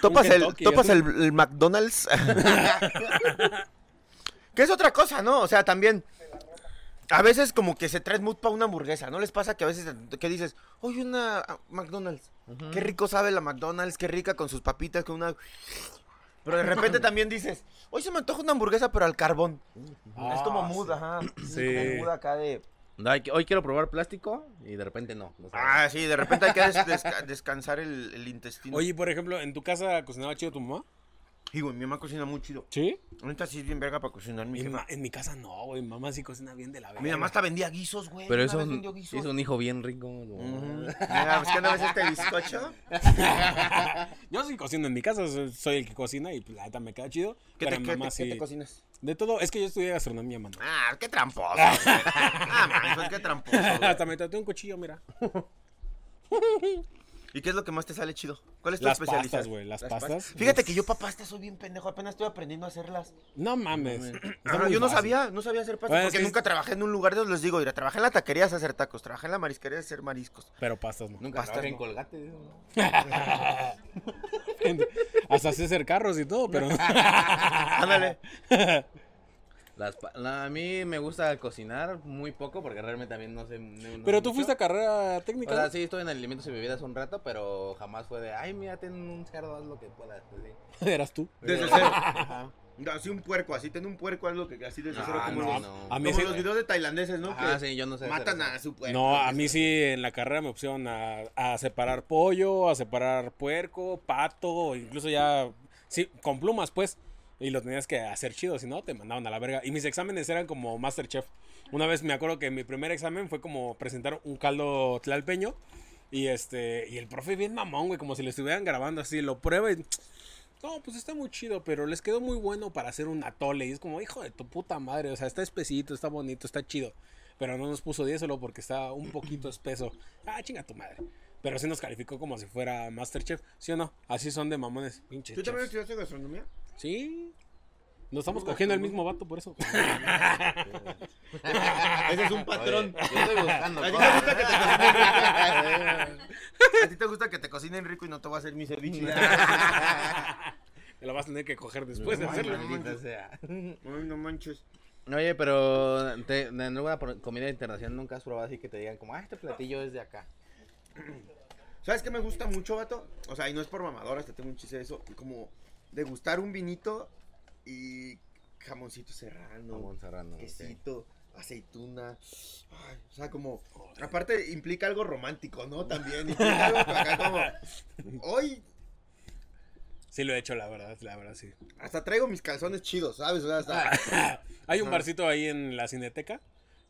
Topas,
Un
el,
Kentucky,
topas
así.
el, el McDonald's. que es otra cosa, ¿no? O sea, también. A veces como que se trae mood para una hamburguesa. ¿No les pasa que a veces que dices, oye, una ah, McDonald's?
Ujú.
Qué rico sabe la McDonald's, qué rica con sus papitas, con una... Pero de repente también dices, hoy se me antoja una hamburguesa, pero al carbón. es como
Ah,
mood,
sí.
ajá. Es
Sí.
como mood acá de...
No, hay que- hoy quiero probar plástico y de repente no. no sabe.
Ah, sí, de repente hay que des- desca- descansar el, el intestino.
Oye, por ejemplo, ¿en tu casa cocinaba chido tu mamá?
Sí, güey, mi mamá cocina muy chido.
Sí.
Ahorita sí es bien verga para cocinar, mi
Mi
jefa.
ma- en mi casa no, güey. Mamá sí cocina bien de la verga.
Mi mamá hasta vendía guisos, güey.
Pero
Una
eso
vez
es un,
vendió guisos.
es un hijo bien rico. ¿no?
Ujú. Mira, pues, ¿qué onda ves este bizcocho?
Yo sí cocino en mi casa, soy soy el que cocina y pues, la neta me queda chido.
¿Qué
pero
te,
mi
qué
mamá
te-
sí.
qué te cocinas?
de todo, es que yo estudié gastronomía, mano.
Ah, qué tramposo. güey. ah, man, pues, qué tramposo. güey.
hasta me traté un cuchillo, mira.
¿Y qué es lo que más te sale chido? ¿Cuál es tu
Las
especialidad?
pastas, güey, las pastas.
Fíjate que yo para pastas soy bien pendejo, apenas estoy aprendiendo a hacerlas.
No mames. Está Ah,
Ajá,
muy
yo no
fácil.
sabía, no sabía hacer pastas
Bueno, es
porque
que es-
nunca trabajé en un lugar de donde les digo, mira, trabajé en la taquería es hacer tacos, trabajé en la marisquería es hacer mariscos.
Pero pastas no.
Nunca
Pastas,
trabajé en
¿no?
colgate. ¿no?
hasta sé hacer carros y todo, pero.
Ándale.
Las pa- la- a mí me gusta cocinar muy poco porque realmente también no sé. no- no
pero
sé
tú
mucho.
fuiste a carrera
O
técnica.
sea,
¿no?
sí, estoy en alimentos y bebidas un rato, pero jamás fue de, ay, mira, ten un cerdo, haz lo que puedas. así.
Eras tú.
Desde
Pero-
cero.
Ajá.
Así un puerco, así ten un puerco, es lo que así desde
No,
Ah,
cero como
no,
los,
no.
A mí
como
ese-
los videos de tailandeses, ¿no?
Ajá,
que
Ah, sí, yo no sé. hacer
matan
eso.
a su puerco.
No, a mí sí en la carrera me pusieron a, a separar pollo, a separar puerco, pato, incluso ya, sí, con plumas pues. Y lo tenías que hacer chido, si no, te mandaban a la verga. Y mis exámenes eran como Masterchef. Una vez me acuerdo que mi primer examen fue como presentar un caldo tlalpeño. Y este, y el profe bien mamón, güey, como si lo estuvieran grabando así, lo prueba y... No, pues está muy chido, pero les quedó muy bueno para hacer un atole. Y es como, hijo de tu puta madre, o sea, está espesito, está bonito, está chido. Pero no nos puso 10 solo porque está un poquito espeso. Ah, chinga tu madre. Pero sí nos calificó como si fuera Masterchef, ¿sí o no? Así son de mamones, pinches.
¿Tú también
chefs.
estudiaste gastronomía?
Sí. Nos estamos cogiendo el mismo vato por eso.
Ah, Ese es un patrón.
Oye, yo estoy buscando.
¿A ti te
cosas.
gusta que te cocinen rico? ¿A ti te gusta que te cocinen rico y no te voy a hacer mi ceviche?
Te lo vas a tener que coger después de
Ay,
hacerlo.
maldita sea.
Ay, no manches.
Oye, pero te, en alguna pro- comida internacional nunca has probado así que te digan como, ah, este platillo es de acá.
¿Sabes qué me gusta mucho, vato? O sea, y no es por mamador, hasta tengo un chiste de eso. Como degustar un vinito y jamoncito serrano,
Jamón serrano, ok.
quesito, aceituna. Ay, o sea, como. Aparte, implica algo romántico, ¿no? También. Implica algo acá como. Hoy
Sí lo he hecho, la verdad, la verdad, sí.
hasta traigo mis calzones chidos, ¿sabes? O sea, hasta-
Hay un
Ajá.
barcito ahí en la cineteca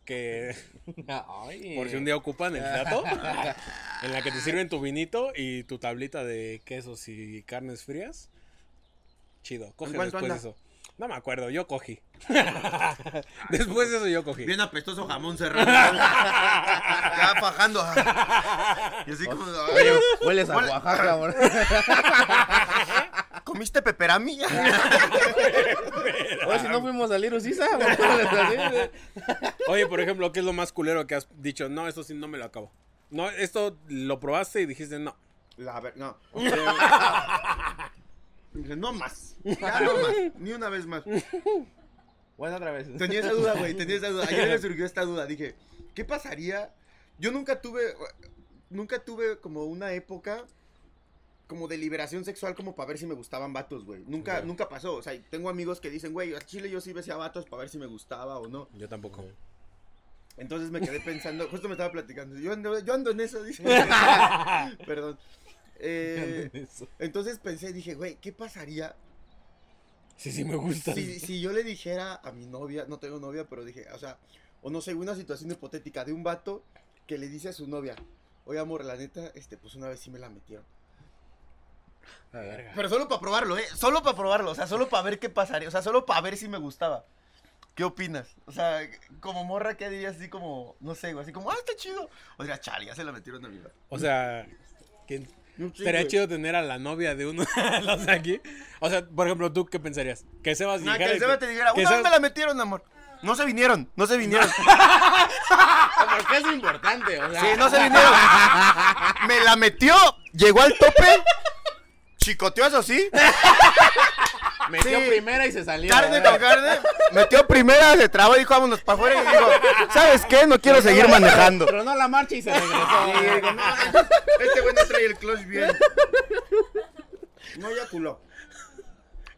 que
Ay.
por si un día ocupan el plato, en la que te sirven tu vinito y tu tablita de quesos y carnes frías. Chido, coge
cuánto
después
anda?
eso. No me acuerdo, yo cogí. Después de eso yo cogí.
Bien apestoso jamón serrano. ya fajando. Y así como.
Oye,
"Ay,
hueles a
Huele-
Oaxaca, amor.
¿Comiste peperami?
Oye, si no fuimos a Little Caesar, amor.
Oye, por ejemplo, ¿qué es lo más culero que has dicho? No, esto sí no me lo acabo. No, esto lo probaste y dijiste no.
La ver, no. Eh, Dije, no más. Ya no más. Ni una vez más.
Bueno, otra vez.
Tenía esa duda, güey. Tenía esa duda. Ayer me surgió esta duda. Dije, ¿qué pasaría? Yo nunca tuve. Nunca tuve como una época. Como de liberación sexual, como para ver si me gustaban vatos, güey. Nunca,
Ok.
nunca pasó. O sea, tengo amigos que dicen, güey, al chile yo sí besé a vatos para ver si me gustaba o no.
Yo tampoco.
Entonces me quedé pensando, justo me estaba platicando. Yo ando, yo ando en eso, dice. Perdón. Eh, entonces pensé, dije, güey, ¿qué pasaría
Sí, sí me gusta.
si, si yo le dijera a mi novia, no tengo novia, pero dije, o sea, o no sé, una situación hipotética de un vato que le dice a su novia, oye amor, la neta, este, pues una vez sí me la metieron.
Ah,
A ver.
Pero solo para probarlo, ¿eh? Solo para probarlo, o sea, solo para ver qué pasaría, o sea, solo para ver si me gustaba. ¿Qué opinas? O sea, como morra, ¿qué dirías así como, no sé, güey, así como, ah, está chido? O diría, chale, ya se la metieron a mi vato.
O sea, que
No, sí,
estaría
güey.
chido tener a la novia de uno de los de aquí. O sea, por ejemplo, ¿tú qué pensarías? Que Sebas
No, que
dijera
el Seba te dijera,
que
una vez
Sebas-
me la metieron, amor. No se vinieron, no se vinieron.
¿Por qué es importante? O sea,
Sí, no se vinieron. Me la metió, llegó al tope, chicoteó eso sí,
metió
sí.
primera y se salió.
carne
¿verdad?
con carne, metió primera, se trabó y dijo, vámonos para afuera y dijo, ¿sabes qué? No quiero seguir manejando.
Pero no la marcha y se regresó.
Este güey no trae el clutch bien. No ya culó.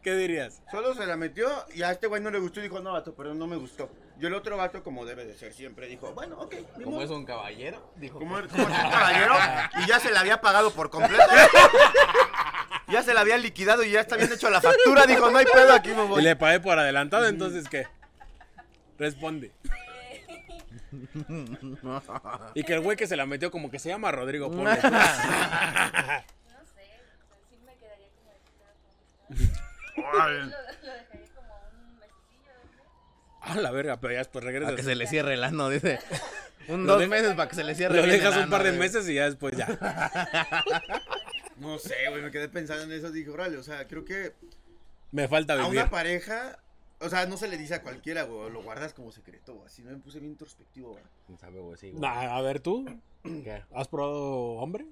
¿Qué dirías?
Solo se la metió y a este güey no le gustó y dijo, no, vato, pero no me gustó. Y el otro vato, como debe de ser siempre, dijo, bueno, ok, ni
Como
modo".
es un caballero, dijo.
Como el- como el caballero y ya se la había pagado por completo. Ya se la había liquidado y ya está bien hecho la factura. Dijo, no hay pedo, aquí me
Y
voy.
le pagué por adelantado, entonces ¿qué? Responde. Y que el güey que se la metió como que se llama Rodrigo ponle.
No sé, o sea, sí me quedaría como de quitar como lo, lo dejaría como un mesecillo. ¿no?
A la verga, pero ya después
Para que
regresas.
se le cierre el ano, dice. Un
Lo
dos
de-
meses para que se le cierre
Lo
bien el
dejas un
ano,
par de
dice.
meses y ya después ya.
No sé, güey, me quedé pensando en eso. Dije, órale, o sea, creo que
Me falta
a
vivir.
una pareja, o sea, no se le dice a cualquiera, güey, lo guardas como secreto, güey. Así me puse bien introspectivo, güey.
Sabe, güey, sí, güey.
Nah, a ver, ¿tú?
¿Qué?
¿Has probado hombre?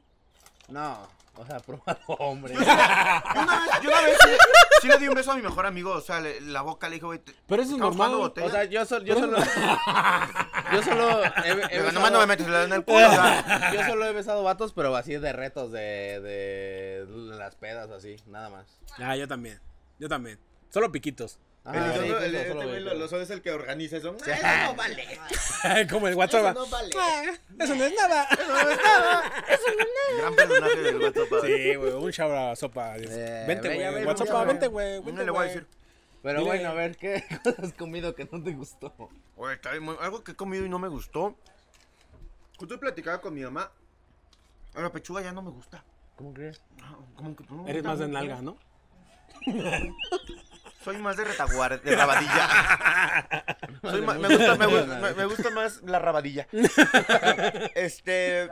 No, o sea, probado hombre.
Yo una vez, yo una vez sí, sí le di un beso a mi mejor amigo, o sea, le- la boca le dijo, güey, te-
Pero eso es
¿estamos
normal.
jugando
O
botella?
sea, yo, sol- yo solo. Yo solo. He, he
Le digo,
besado-
nomás no me metes la en el culo, o sea.
Yo solo he besado vatos, pero así de retos, de, de las pedas, así, nada más.
Ah, yo también. Yo también. Solo piquitos.
Ah,
El-
sí,
el-
justo
el-
solo
este güey
besos.
lo- lo solo es el que organiza eso. Eso no vale.
como el WhatsApp.
Eso no vale.
Eso no es nada.
Gran personaje del gato
Sí, güey, un shout a sopa.
Eh,
vente,
ve, ya
güey.
ve,
WhatsApp,
ya ve.
vente, güey.
No
vente,
le voy a
güey.
decir,
Pero
Dile-
bueno, a ver, ¿qué cosas has comido que no te gustó?
"Oye, está bien muy- algo que he comido y no me gustó. Justo platicaba con mi mamá. A la pechuga ya no me gusta.
¿Cómo crees?
Ah, Como que pues, no me
Eres
gusta,
más de
no-
nalga, ¿no?
Soy más de retaguardia, de rabadilla. Soy ma- me, gusta, me, gusta, me- me gusta más la rabadilla. Este,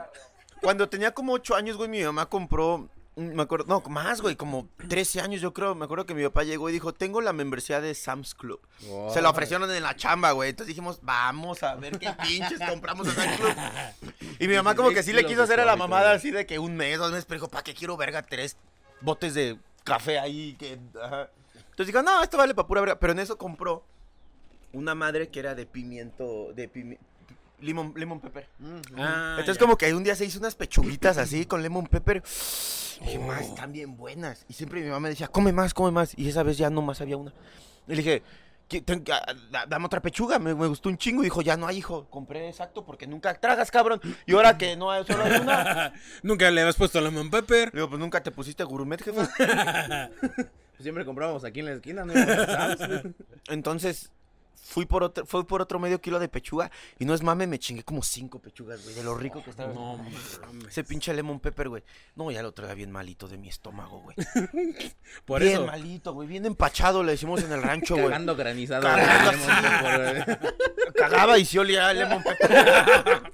cuando tenía como 8 años, güey, mi mamá compró, mm, me acuerdo, no, más, güey, como 13 años, yo creo, me acuerdo que mi papá llegó y dijo, tengo la membresía de Sam's Club. Se la ofrecieron en la chamba, güey. Entonces dijimos, vamos a ver qué pinches compramos en el club. Y mi mamá como que sí le quiso hacer a la mamada así de que un mes, dos meses, pero dijo, ¿para qué quiero verga tres botes de café ahí? Que... ajá". Entonces dijo, no, esto vale para pura verga. Pero en eso compró una madre que era de pimiento, de pimi- Limón, limón pepper.
Ah,
Entonces,
ya.
como que un día se hizo unas pechuguitas así con lemon pepper. Y dije,
Oh.
más, están bien buenas. Y siempre mi mamá me decía, come más, come más. Y esa vez ya nomás había una. Y le dije, "¿Qué- ten- a- a- dame otra pechuga, me, me gustó un chingo. Y dijo, ya no hay, hijo. Compré exacto porque nunca tragas, cabrón. Y ahora que no hay solo hay una.
Nunca le habías puesto la man pepper.
Le digo, pues nunca te pusiste gourmet, jefe.
Pues Siempre comprábamos aquí en la esquina, ¿no? Íbamos a Sam's.
Entonces, Fui por, otro, fui por otro medio kilo de pechuga y no es mame, me chingué como cinco pechugas, güey, de lo rico que estaba.
No pues. mames.
Ese pinche lemon pepper, güey. No, ya lo traía bien malito de mi estómago, güey.
Por
bien
eso.
malito, güey. Bien empachado, le decimos en el rancho, güey.
Cagando granizado.
Cagando
güey, tenemos que por-
Cagaba y sí olía a lemon pepper.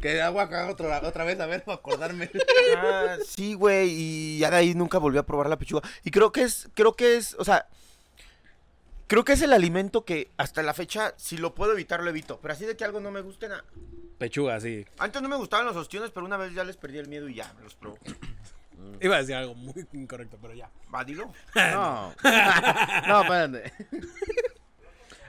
que agua caga otra, otra vez, a ver, para acordarme.
Ah, sí, güey. Y ya de ahí nunca volví a probar la pechuga. Y creo que es, creo que es, o sea, creo que es el alimento que hasta la fecha, si lo puedo evitar, lo evito. Pero así de que algo no me guste, na-
Pechuga, sí.
Antes no me gustaban los ostiones, pero una vez ya les perdí el miedo y ya me los probó.
Iba a decir algo muy incorrecto, pero ya.
Va, dilo.
No. no, espérate.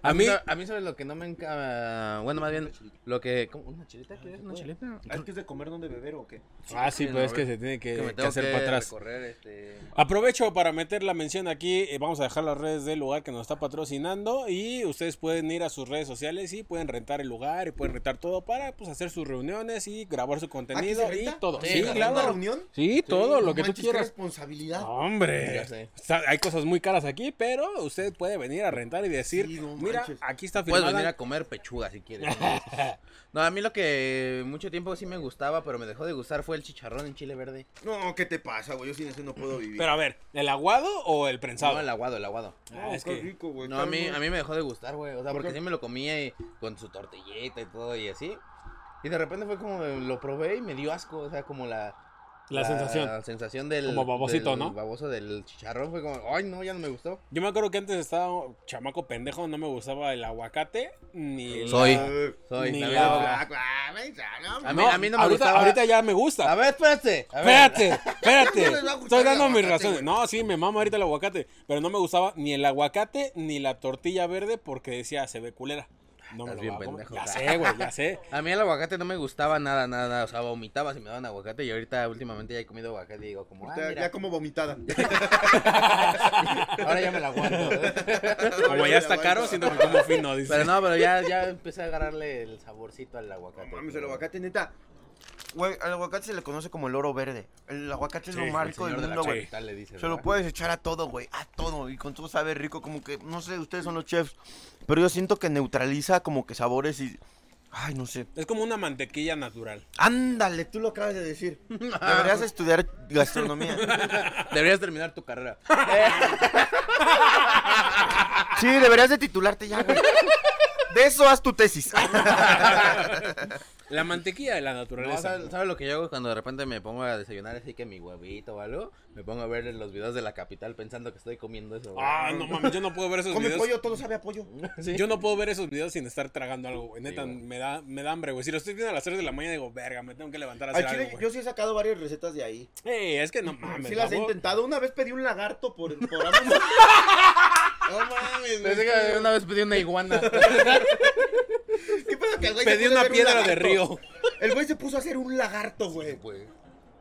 A mí,
sa- a mí sabes lo que no me encanta. Bueno, más bien, lo que. ¿cómo? ¿Una chileta? ¿Quieres una chileta?
¿Es que es de comer donde beber o qué?
ah, sí,
no,
pues es
a
que
ver.
se tiene que,
Que me
que
tengo
hacer para atrás.
recorrer, este...
Aprovecho para meter la mención aquí. eh, vamos a dejar las redes del lugar que nos está patrocinando. Y ustedes pueden ir a sus redes sociales y pueden rentar el lugar y pueden rentar todo para pues, hacer sus reuniones y grabar su contenido y todo. Sí,
¿Una
claro.
reunión?
Sí, todo lo que tú
manches, qué
quieras.
responsabilidad.
Hombre,
Ya sé.
O sea, hay cosas muy caras aquí, pero usted puede venir a rentar y decir,
Sí, no
mira,
manches.
aquí está
Puedes
firmada.
venir a comer pechuga si quieres. No, a mí lo que mucho tiempo sí me gustaba, pero me dejó de gustar fue el chicharrón en chile verde.
No, ¿qué te pasa, güey? Yo sin eso no puedo vivir.
Pero a ver, ¿el aguado o el prensado?
No, el aguado, el aguado.
Ah, es
qué
que-
rico, güey.
No, a mí, a mí me dejó de gustar, güey. O sea, porque sí me lo comía y con su tortillita y todo y así. Y de repente fue como de- lo probé y me dio asco. O sea, como la.
La sensación.
La sensación del.
Como babosito,
del
¿no?
baboso del chicharrón fue como, ay, no, ya no me gustó.
Yo me acuerdo que antes estaba chamaco pendejo, no me gustaba el aguacate ni el-
Soy.
Eh,
Soy.
Ni
la
la-
verdad. A mí, a mí no me
ahorita,
gustaba.
ahorita ya me gusta.
A ver, espérate. A ver.
Espérate, espérate.
No les va a gustar
Estoy
el
dando mis
aguacate,
razones. No, sí, me mama ahorita el aguacate. Pero no me gustaba ni el aguacate ni la tortilla verde porque decía se ve culera. No me
Estás
lo
bien
voy a comer.
pendejo.
Ya sé, güey, ya sé.
A mí el aguacate no me gustaba nada, nada, nada. O sea, vomitaba si me daban aguacate. Y ahorita, últimamente, ya he comido aguacate y digo, como, ah,
ya-
mira,
ya como vomitada.
ahora ya me la aguanto. ¿eh?
Como ya está caro, siento que como fino, dice.
Pero no, pero ya, ya empecé a agarrarle el saborcito al aguacate.
Mames, el aguacate, neta. Ah, Güey, al aguacate se le conoce como el oro verde. El aguacate
Sí,
es
el
lo marco del
Señor de la
mundo, güey.
capital le dice,
Se lo
¿verdad?
puedes echar a todo, güey. A todo. Y con todo sabe rico. Como que, no sé, ustedes son los chefs. Pero yo siento que neutraliza como que sabores y. Ay, no sé.
Es como una mantequilla natural.
Ándale, tú lo acabas de decir. Deberías estudiar gastronomía.
Deberías terminar tu carrera. Eh,
Sí, deberías de titularte ya, güey. De eso haz tu tesis.
La mantequilla de la
No,
naturaleza.
¿sabes, sabes lo que yo hago cuando de repente me pongo a desayunar así que mi huevito o algo? Me pongo a ver los videos de la capital pensando que estoy comiendo eso. güey.
Ah, no mames, yo no puedo ver esos videos.
todo sabe a pollo.
Sí.
Yo no puedo ver esos videos sin estar tragando algo, güey. Neta,
güey.
me, da, me da hambre, güey. Si lo estoy viendo a las 3 de la mañana, digo, verga, me tengo que levantar a
Al
hacer
chile,
algo, güey.
yo sí he sacado varias recetas de ahí.
Ey, es que no mames.
sí las he
babo.
intentado. Una vez pedí un lagarto por, por Amazon. no mames,
Pensé que una vez pedí una iguana.
¿Qué pasa que el güey se
Pedí
puso a
una
hacer un
piedra de
lagarto?
río.
El güey se puso a hacer un lagarto, güey.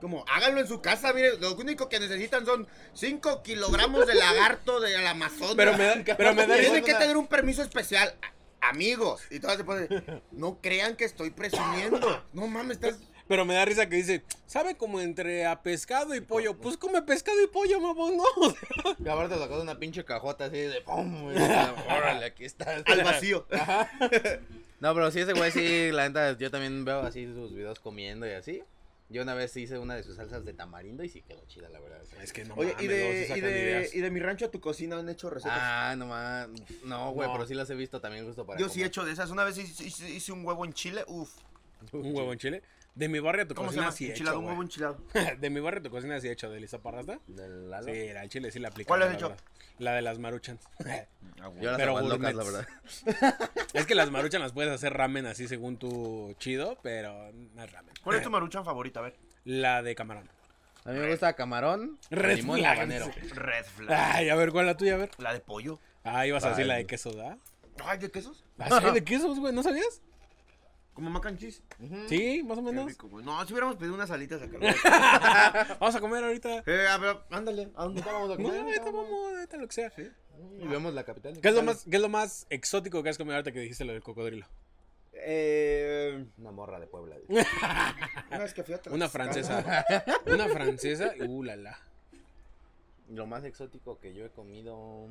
Como, háganlo en su casa, mire, lo único que necesitan son 5 kilogramos de lagarto del Amazonas.
Pero me da- pero me da
Tienen
igual
que
una-
tener un permiso especial, a- amigos. Y todas se ponen, no crean que estoy presumiendo. No mames, estás...
Pero me da risa que dice, ¿sabe como entre a pescado y pollo? Pues come pescado y pollo, mamón, no. O sea,
Y aparte sacó de una pinche cajota así de pum. güey. Órale, aquí está.
al vacío.
Ah,
No, pero sí, ese güey sí, la neta, yo también veo así sus videos comiendo y así. Yo una vez hice una de sus salsas de tamarindo y sí quedó chida, la verdad.
es que no
Oye,
mames,
y
luego sí
de,
sacan
y, de,
ideas.
y de mi rancho a tu cocina han hecho recetas.
Ah, no más. No, güey,
No.
pero sí las he visto también justo para
Yo sí he
comer.
hecho de esas. Una vez hice, hice- hice un huevo en Chile. Uf.
Un huevo en chile. De mi barrio a tu
¿Cómo se
cocina
llama?
sí he
Enchilado,
hecho,
un huevo
güey.
enchilado.
De mi barrio a tu cocina sí he hecho, de Lisa Parrasta.
Del Lalo.
Sí, la al chile sí la aplicaba.
¿Cuál has
la
hecho?
verdad. La de las maruchans.
Yo las
Pero
aguas locas, la
gourmets.
verdad.
Es que las maruchan las puedes hacer ramen así según tu chido, pero no es ramen.
¿Cuál es tu maruchan favorita? A ver.
La de camarón.
A mí me gusta camarón,
Red
limón y
flags.
habanero.
Red flag.
Ay, a ver, ¿cuál la tuya? A ver.
La de pollo.
Ah, ibas a decir
Ay,
la de
güey.
queso, ¿da?
Ay, ¿de quesos?
¿Ah, sí, de quesos, güey? ¿No sabías?
Como mac and cheese.
Sí, más o
Qué
menos.
rico, güey. No, si hubiéramos pedido unas alitas acá.
Vamos a comer ahorita.
eh, a ver, ándale.
¿A dónde vamos a
No,
comer?
ahorita vamos, ahorita lo que sea. ¿Qué
Y vemos la capital.
es lo más, qué es lo más exótico que has comido ahorita que dijiste lo del cocodrilo?
Eh,
Una morra de Puebla. dice.
una vez que fui a Tlaxcala-
Una francesa. Una francesa y uh, la, la.
Lo más exótico que yo he comido.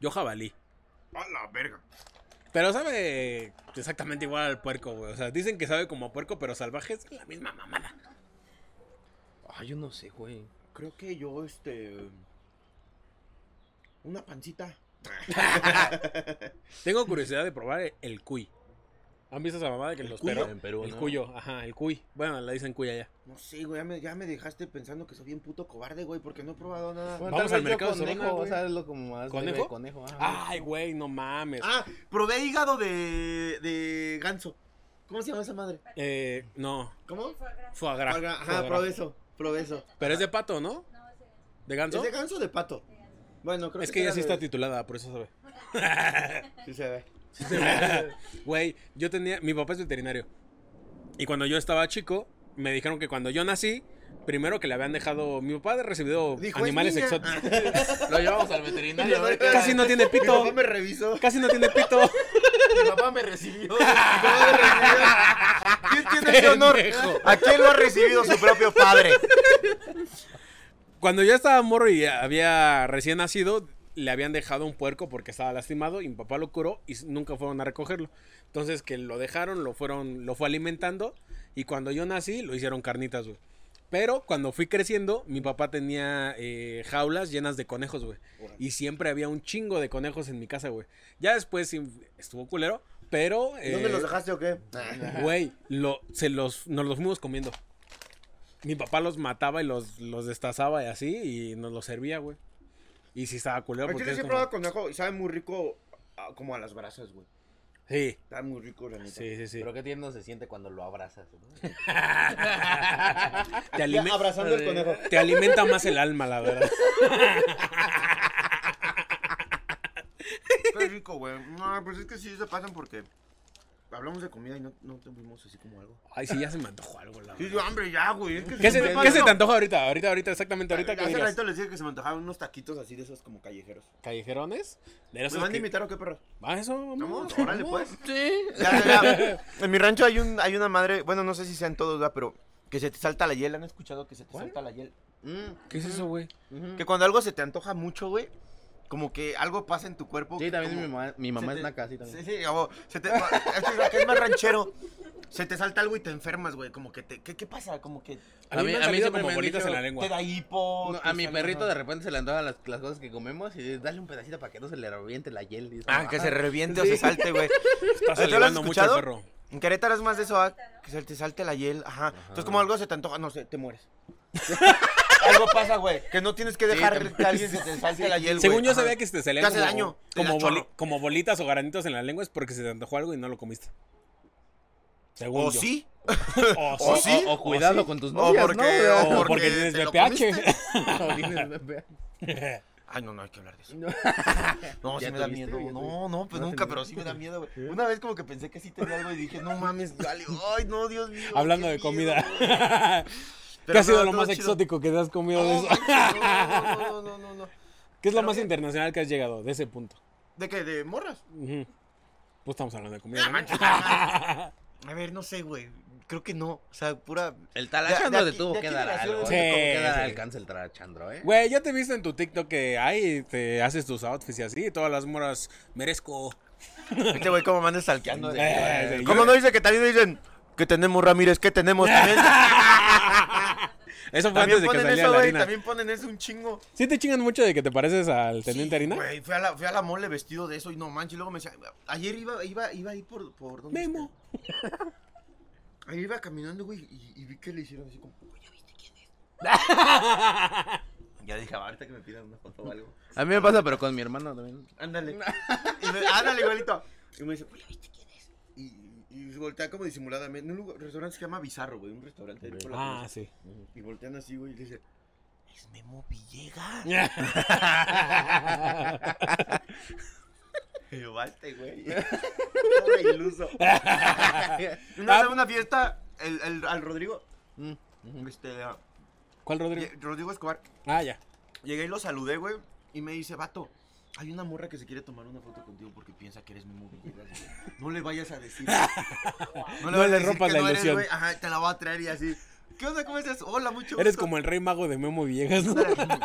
Yo jabalí.
A la verga.
Pero sabe exactamente igual al puerco, güey. O sea, dicen que sabe como a puerco, pero salvaje es la misma mamada.
Ay, yo no sé, güey.
Creo que yo, este. Una pancita.
Tengo curiosidad de probar el, el cuy. ¿Han visto esa mamada que los
cuyo?
perros?
En Perú,
El
¿no?
cuyo, ajá, el cuy. Bueno, le dicen cuy allá.
No sé, güey. Ya me, ya me dejaste pensando que soy bien puto cobarde, güey, porque no he probado nada.
Bueno, Vamos
tal
al
vez yo
mercado
conejo,
Sorona,
o
güey.
sea, es lo como más
¿Conejo? Ah,
leve, conejo, ajá.
Ay, güey, no mames.
Ah, probé hígado de. de ganso. ¿Cómo se llama esa madre?
Eh, no.
¿Cómo?
Foie gras,
Ajá,
foie gras.
probé eso. Probé eso.
Pero es de pato, ¿no?
No, ese es.
¿De ganso?
¿Es de ganso o de pato? Bueno, creo
Es que ella
era
sí está
de-
titulada, por eso sabe.
Sí se ve.
Güey, yo tenía. Mi papá es veterinario. Y cuando yo estaba chico, me dijeron que cuando yo nací, primero que le habían dejado. Mi papá ha recibido
Dijo, "Es
animales
niña". Ah,
exóticos.
Lo llevamos al veterinario. a ver qué-
Casi no tiene
Mi
pito.
papá me revisó.
Casi no tiene pito.
Mi papá me recibió.
¿Quién tiene ese honor?
Pendejo.
¿A quién lo ha recibido su propio padre?
Cuando yo estaba morro y había recién nacido, le habían dejado un puerco porque estaba lastimado y mi papá lo curó y s- nunca fueron a recogerlo. Entonces que lo dejaron, lo fueron, lo fue alimentando y cuando yo nací lo hicieron carnitas, güey. Pero cuando fui creciendo, mi papá tenía eh, jaulas llenas de conejos, güey. Y siempre había un chingo de conejos en mi casa, güey. Ya después sí, estuvo culero, pero...
¿Dónde
eh,
los dejaste o qué?
Güey, lo, se los, nos los fuimos comiendo. Mi papá los mataba y los, los destazaba y así, y nos los servía, güey. Y si estaba culero,
Al
porque
chile
es
sí he
como-
probado conejo y sabe muy rico ah, como a las brasas, güey.
Sí,
Está muy rico, la neta.
sí, sí, sí.
Pero qué tierno se siente cuando lo abrazas. ¿no?
Te,
Ya,
alime-
abrazando el conejo.
te alimenta más el alma, la verdad.
Está rico, güey. No, pues es que sí se pasan porque
Hablamos de comida y no, no tuvimos así como algo.
Ay, sí, ya se me antojó algo, la
Sí,
verdad.
yo hambre ya, güey. Es que
¿Qué
sí
se,
me
qué
pasa.
se te antoja ahorita? Ahorita, ahorita, exactamente ahorita. ¿qué
Hace
digas?
ratito les dije que se me antojaban unos taquitos así de esos como callejeros.
¿Callejerones? De
¿Me
esos
van a
que-
invitar o qué, perro?
Ah, eso, vamos.
Vamos, órale, pues.
Sí.
Ya, ya, ya. En mi rancho hay, un, hay una madre, bueno, no sé si sean todos, ¿verdad? pero que se te salta la hiel. ¿Han escuchado que se te salta la hiel?
Mm,
¿Qué es eso, güey?
Que cuando algo se te antoja mucho, güey, como que algo pasa en tu cuerpo.
Sí, también
como-
mi mamá, mi mamá
se
es
te-
naca, así
Sí,
también.
sí, o se te, es, que lo que es más ranchero. Se te salta algo y te enfermas, güey. Como que te. ¿Qué, qué pasa? Como que
A mí,
A mí-
me han
a mí
salido
siempre
como
me han
bolitas
dicho,
en la
te
lengua.
da hipo.
No,
te
a mi
sale-
perrito de repente se le antojan las, las cosas que comemos y dale un pedacito para que no se le reviente la hiel. y es como,
Ah, que se reviente o se salte, güey.
Está
¿Te lo has
salivando mucho el
escuchado?
perro.
En Querétaro es más de eso, ah, que se te salte la hiel. Ajá. Entonces, como algo se te antoja, no sé, te mueres. algo pasa, güey. Que no tienes que dejar que alguien se te salte la hiel, güey.
Según yo
Ajá.
sabía que se te salían
Te hace
como,
daño, te
como,
da
boli-
chorro.
como bolitas o granitos en la lengua es porque se te antojó algo y no lo comiste. Según
O
yo.
sí.
O
o sí.
O, o cuidado con tus
O
novias,
porque,
¿no?
o
porque
porque
tienes
te lo
VPH.
comiste.
No tienes bebé.
Ay, no, no hay que hablar de eso.
No.
No, sí
¿Ya
me da
tuviste
miedo.
o ya
No,
tuviste?
no, pues
No
nunca,
te-
pero sí me da miedo,
¿Eh?
güey. Una vez como que pensé que sí tenía algo y dije, no mames, dale. Ay, no, Dios mío.
Hablando de
qué miedo,
comida.
güey.
¿Qué
Pero
ha sido
no,
lo
todo
más
chido.
exótico que te has comido de
No,
eso?
manches, no, no, no, no, no.
¿Qué es lo
pero
más
bien.
internacional que has llegado de ese punto?
¿De qué? ¿De morras?
Ujú. Pues estamos hablando de comida.
No
¿no?
manches, A ver, no sé, güey. Creo que no. O sea, pura.
El
De-
talachandro
de
te
aquí-
tuvo
de
que
aquí
dar
nació
algo.
el-
¿eh?
Sí,
Te tuvo que dar
sí.
alcance el talachandro, ¿eh?
Güey, yo te he visto en tu TikTok que ay, te haces tus outfits y así, y todas las moras merezco.
Este güey, como manda stalkeando.
Eh, eh,
¿Cómo
yo-
no dice que también dicen que tenemos Ramírez? que tenemos? También,
Eso fue
también
antes de que
ponen
saliera
eso,
la
güey.
harina.
También ponen eso un chingo.
¿Sí te chingan mucho de que te pareces al teniente
Sí,
harina?
Güey, fui a, la, fui a la mole vestido de eso y no manches. Y luego me decía, ayer iba, iba, iba ahí por, por donde.
Memo.
Ayer iba caminando, güey, y, y vi que le hicieron así como, "Güey, ¿ya viste quién es? ya dije, "Ah, ahorita que me pidan una foto o algo.
A mí me pasa, pero con mi hermano también.
Ándale. Y me- ándale, igualito. Y me dice, "Güey, ¿ya viste quién es? Y, y, y voltea como disimuladamente. En un lugar- restaurante que se llama Bizarro, güey, un restaurante. ahí por la
Ah,
plaza.
sí.
Y voltean así, güey, y le dice, es Memo Villegas. Y yo, "Vaste, güey. Pobre iluso. Una vez en una fiesta, el, el- al Rodrigo,
Mm.
este, a-
¿Cuál, Rodrigo?
Lle- Rodrigo Escobar,
Ah, ya.
llegué y lo saludé, güey, y me dice, vato, hay una morra que se quiere tomar una foto contigo porque piensa que eres mi mujer. No le vayas a decir. No
No
vayas a
le
decir
rompas
que
la
no eres,
ilusión.
güey. Ajá, te la voy a traer y así. ¿Qué onda? ¿Cómo estás? Hola, mucho
Eres
gusto".
como el rey mago de Memo Villegas, ¿no?
Ándale.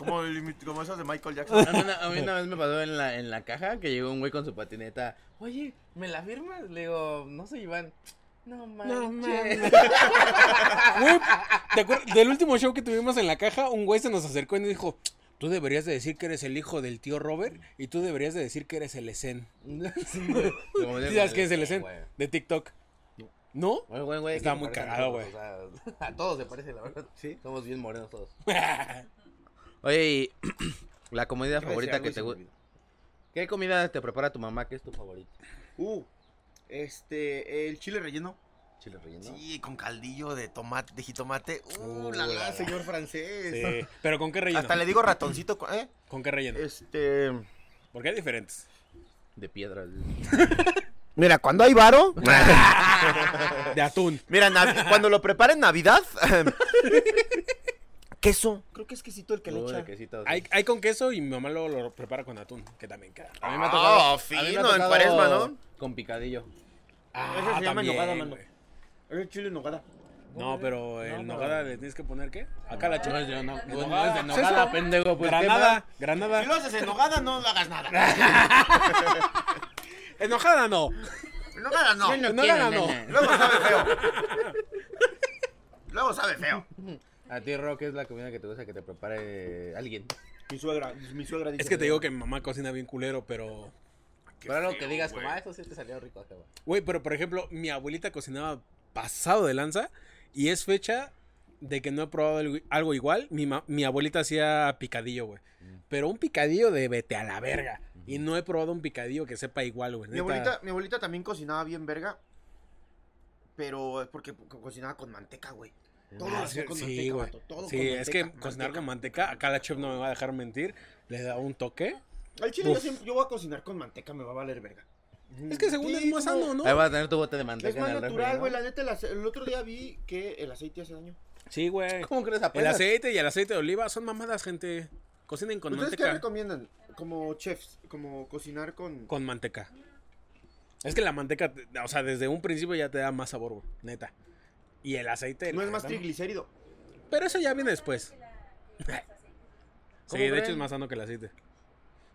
Como, el- como esas de Michael Jackson.
A mí, una, a mí una vez me pasó en la, en la caja que llegó un güey con su patineta. Oye, ¿me la firmas? Le digo, no soy Iván. No manches.
mames. Güey, ¿te acuerdas? Del último show que tuvimos en la caja, un güey se nos acercó y nos dijo, tú deberías de decir que eres el hijo del tío Robert y tú deberías de decir que eres el Esen.
Sí, güey. Como
¿Sí
de-
¿Sabes qué es el Esen?
Güey.
De TikTok. ¿No?
Bueno, güey, güey,
Estaba
que
muy
se parecen
cagado,
todos, o sea, a todos se parece, la verdad.
Sí.
Somos bien morenos todos. Oye, y la comida favorita que te gusta. ¿Qué comida te prepara tu mamá que es tu favorita?
Uh, este, el chile relleno.
Chile relleno.
Sí, con caldillo de tomate, de jitomate. Uh,
Uh,
la, la, señor.
señor francés.
Sí. ¿Pero con qué relleno?
Hasta le digo ratoncito, cu- ¿eh?
¿Con qué relleno?
Este.
Porque hay diferentes.
De piedra.
Mira, cuando hay varo.
De atún.
Mira, nav- cuando lo prepara en Navidad. queso.
Creo que es quesito el que le
Uy, de
echa.
quesito, sí.
Hay, hay con queso y mi mamá lo, lo prepara con atún, que también queda.
A mí me ha
Ah,
tocado. a mí me ha
fino, en
tocado
cuaresma, ¿no?
Con picadillo.
Eso se llama nogada, mano.
Ah, güey.
Es el chile en nogada.
No, pero el
no.
nogada le tienes que poner, ¿qué? Acá la
Ah, No,
chica.
yo no.
De
Pues no
nogada.
es de
Sí,
nogada,
sí.
pendejo. Pues, ¿qué más?
Granada, granada.
Si lo haces en nogada, no lo hagas nada.
Enojada no.
No nada, no.
Yo
No,
quiero
no, no.
nana.
Luego sabe feo. Luego sabe feo.
A ti, Rock, ¿qué es la comida que te gusta que te prepare alguien.
Mi suegra, mi suegra dice.
Es que te digo que mi mamá cocina bien culero, pero.
Pero algo que digas, como, ah, eso sí te salió rico. acá, güey.
Güey, pero por ejemplo, mi abuelita cocinaba pasado de lanza y es fecha de que no he probado algo- algo igual. Mi, ma- mi abuelita hacía picadillo, güey. Pero un picadillo de vete a la verga. Y no he probado un picadillo que sepa igual, güey.
Mi
Neta.
abuelita, mi abuelita también cocinaba bien verga. Pero es porque co- cocinaba con manteca, güey. Todo lo
Ah,
hacía
sí,
con
sí,
manteca,
güey.
vato, Todo
Sí,
con
es que
manteca,
cocinar con
manteca.
manteca, acá la chef no me va a dejar mentir, le da un toque.
Al chile yo,
Uf.
siempre, yo voy a cocinar con manteca, me va a valer verga.
Es que según
Sí,
es más
como-
sano, ¿no?
Ahí vas a tener tu bote de manteca.
Es
en
más
el refri,
natural,
¿no?
güey. La neta, el, ace- el otro día vi que el aceite hace daño.
Sí, güey.
¿Cómo crees
El
apenas?
aceite y el aceite de oliva son mamadas, gente. Cocinen con
Pues
¿Ustedes qué
manteca.
recomiendan? Como chefs, como cocinar con.
Con manteca. Es que la manteca, te- o sea, desde un principio ya te da más sabor, güey, neta. Y el aceite.
no
la
es más
verdad,
triglicérido.
Pero eso ya viene después. Sí, de
¿Cómo creen? Pues
hecho es más sano que el aceite.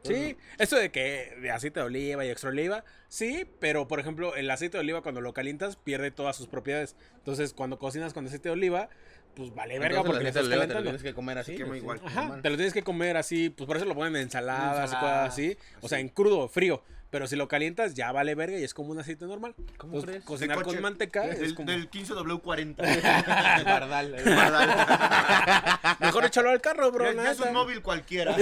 Sí, eso de que de aceite de oliva y extra oliva, sí, pero por ejemplo, el aceite de oliva cuando lo calientas pierde todas sus propiedades. Entonces, cuando cocinas con aceite de oliva, pues vale
Entonces,
verga porque
el
lo
aceite de
estás
oliva te lo
calentando.
Tienes que comer así.
quema
pues,
igual.
sí,
Ajá,
normal.
te lo tienes que comer así, pues por eso lo ponen en ensaladas y cosas
Ensaladas,
así. O sea,
así.
en crudo, frío. Pero si lo calientas, ya vale verga y es como un aceite normal.
¿Cómo
Entonces,
crees?
cocinar
De
con
coche.
manteca es
Del,
como.
del 15W40.
El bardal, el bardal.
Mejor échalo al carro, bro.
Ya-
la
ya es un
neta.
móvil cualquiera.